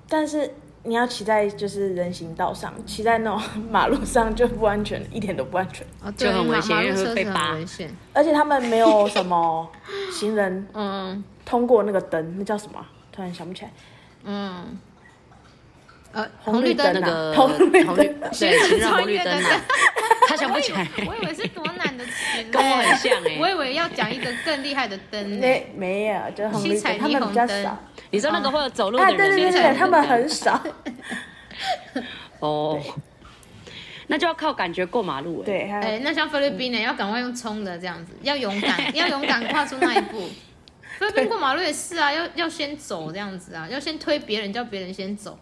[SPEAKER 3] 但是你要骑在就是人行道上，骑在那种马路上就不安全，一点都不安全。
[SPEAKER 2] 哦，对，
[SPEAKER 1] 就很
[SPEAKER 2] 马
[SPEAKER 1] 危险
[SPEAKER 2] 马
[SPEAKER 1] 因
[SPEAKER 2] 路
[SPEAKER 1] 为会
[SPEAKER 2] 车
[SPEAKER 1] 被
[SPEAKER 2] 是
[SPEAKER 1] 扒
[SPEAKER 2] 很危险。
[SPEAKER 3] 而且他们没有什么行人
[SPEAKER 2] 嗯
[SPEAKER 3] 通过那个灯，那叫什么啊？突然想不起来，
[SPEAKER 2] 嗯，呃，
[SPEAKER 3] 红
[SPEAKER 2] 红
[SPEAKER 3] 绿
[SPEAKER 2] 绿
[SPEAKER 3] 灯啊
[SPEAKER 2] 灯
[SPEAKER 1] 那个
[SPEAKER 3] 红绿灯
[SPEAKER 1] 红绿对，行人 红绿灯啊，他想不
[SPEAKER 2] 我以
[SPEAKER 1] 起 来，
[SPEAKER 2] 为我以为是多难的词，
[SPEAKER 1] 跟我很像哎、
[SPEAKER 2] 我以为要讲一个更厉害的 灯呢。
[SPEAKER 3] 没没有，啊就是红绿
[SPEAKER 2] 嗯七彩
[SPEAKER 3] 灯，
[SPEAKER 2] 霓
[SPEAKER 3] 他
[SPEAKER 2] 虹
[SPEAKER 3] 们比较
[SPEAKER 2] 灯
[SPEAKER 3] 少。
[SPEAKER 1] 你说那个会有走路
[SPEAKER 3] 啊，
[SPEAKER 1] 的
[SPEAKER 3] 对对
[SPEAKER 1] 人，
[SPEAKER 3] 对
[SPEAKER 1] 先
[SPEAKER 3] 对，
[SPEAKER 1] 生
[SPEAKER 3] 他们很少。
[SPEAKER 1] 哦，那就要靠感觉过马路哎、
[SPEAKER 3] 对，还有
[SPEAKER 2] 哎，那像菲律宾呢，要赶快用冲的这样子，要勇敢，要勇敢跨出那一步。菲律宾过马路也是啊，要要先走这样子啊，要先推别人，叫别人先走，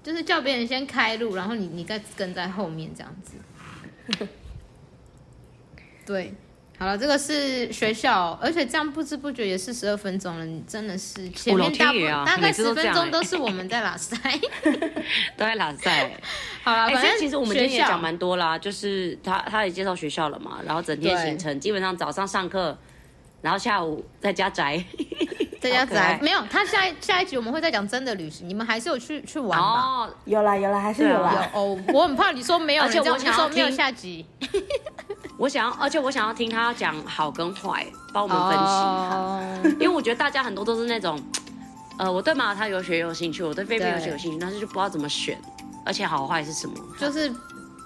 [SPEAKER 2] 就是叫别人先开路，然后你你再跟在后面这样子。对，好了，这个是学校，而且这样不知不觉也是十二分钟了，你真的是前
[SPEAKER 1] 我
[SPEAKER 2] 面
[SPEAKER 1] 老
[SPEAKER 2] 大部
[SPEAKER 1] 天爷啊
[SPEAKER 2] 大概
[SPEAKER 1] 每次
[SPEAKER 2] 十
[SPEAKER 1] 都这
[SPEAKER 2] 分
[SPEAKER 1] 样
[SPEAKER 2] 钟
[SPEAKER 1] 欸
[SPEAKER 2] 都是我们在 拉塞。
[SPEAKER 1] 都在拉塞、欸。
[SPEAKER 2] 好了，
[SPEAKER 1] 哎、
[SPEAKER 2] 啊反
[SPEAKER 1] 所以
[SPEAKER 2] 正
[SPEAKER 1] 其实我们今天也
[SPEAKER 2] 学校
[SPEAKER 1] 讲蛮多啦，就是他他也介绍学校了嘛，然后整天
[SPEAKER 2] 对
[SPEAKER 1] 行程基本上早上上课，然后下午在家 宅，
[SPEAKER 2] 在家
[SPEAKER 1] 好可爱
[SPEAKER 2] 宅啊没有，他下一下一集我们会再讲真的旅行，你们还是有去去玩吧？
[SPEAKER 1] 哦，
[SPEAKER 3] 有啦有啦，还是
[SPEAKER 1] 对啊
[SPEAKER 3] 有
[SPEAKER 2] 有
[SPEAKER 3] 啦。
[SPEAKER 2] 哦，我很怕你说没有，
[SPEAKER 1] 而且
[SPEAKER 2] 你这样
[SPEAKER 1] 我想
[SPEAKER 2] 就说
[SPEAKER 1] 要
[SPEAKER 2] 没有
[SPEAKER 1] 听
[SPEAKER 2] 下集，
[SPEAKER 1] 我想要，而且我想要听他讲好跟坏，帮我
[SPEAKER 2] 我
[SPEAKER 1] 们分析。
[SPEAKER 2] 哦析。
[SPEAKER 1] 因为我觉得大家很多都是那种，呃，我对马耳他游学有兴趣，我对菲律宾游学有兴趣，但是就不知道怎么选，而且好坏是什么，
[SPEAKER 2] 就是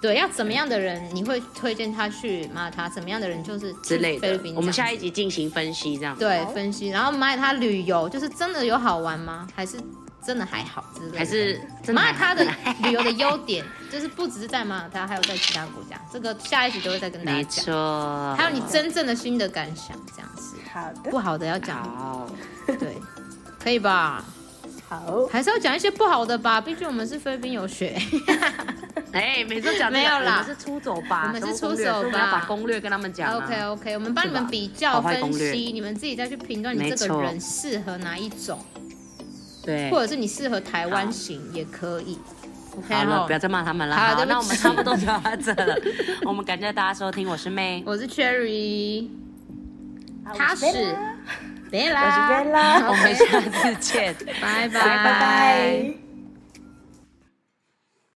[SPEAKER 2] 对，要怎么样的人你会推荐他去马耳他？怎么样的人就是
[SPEAKER 1] 之类
[SPEAKER 2] 去菲律
[SPEAKER 1] 的
[SPEAKER 2] 宾。这样子。
[SPEAKER 1] 我们下一集进行分析，这样
[SPEAKER 2] 对分析，然后马耳他旅游就是真的有好玩吗？还是真的还好之类的？
[SPEAKER 1] 还是真的
[SPEAKER 2] 马耳
[SPEAKER 1] 还
[SPEAKER 2] 他的旅游的优点 就是不只是在马耳他，还有在其他国家。这个下一集都会再跟大家
[SPEAKER 1] 没
[SPEAKER 2] 讲。
[SPEAKER 1] 错，
[SPEAKER 2] 还有你真正的新的感想，这样子。
[SPEAKER 3] 好的
[SPEAKER 2] 不，好的要讲，
[SPEAKER 1] 好，
[SPEAKER 2] 对，可以吧？
[SPEAKER 3] 好，
[SPEAKER 2] 还是要讲一些不好的吧，毕竟我们是菲律宾游学。
[SPEAKER 1] 哎，每次都讲这个
[SPEAKER 2] 没有啦
[SPEAKER 1] 我们是出走吧，
[SPEAKER 2] 我们是
[SPEAKER 1] 什么攻
[SPEAKER 2] 出
[SPEAKER 1] 略所
[SPEAKER 2] 走吧
[SPEAKER 1] 以我们要把攻略跟他们 讲啊。
[SPEAKER 2] OK 哦 OK，我们帮你
[SPEAKER 1] 是
[SPEAKER 2] 们
[SPEAKER 1] 吧
[SPEAKER 2] 比较
[SPEAKER 1] 好坏攻
[SPEAKER 2] 分
[SPEAKER 1] 略
[SPEAKER 2] 析，你们自己再去评断你这个
[SPEAKER 1] 没错
[SPEAKER 2] 人适合哪一种，
[SPEAKER 1] 对，
[SPEAKER 2] 或者是你适合台
[SPEAKER 1] 好
[SPEAKER 2] 湾型也可以。OK
[SPEAKER 1] 好了，
[SPEAKER 2] 咯
[SPEAKER 1] 不要再骂他们了。
[SPEAKER 2] 好
[SPEAKER 1] 好，
[SPEAKER 2] 对不
[SPEAKER 1] 那我们
[SPEAKER 2] 起
[SPEAKER 1] 差不多就到这了，我们感谢大家收听，我是妹，
[SPEAKER 2] 我是 Cherry，
[SPEAKER 3] 好
[SPEAKER 2] 他
[SPEAKER 3] 我
[SPEAKER 2] 是
[SPEAKER 3] 是
[SPEAKER 2] Bella，
[SPEAKER 3] 我是 Bella
[SPEAKER 1] 我们下次见。
[SPEAKER 2] 拜拜
[SPEAKER 1] 拜
[SPEAKER 3] 拜拜。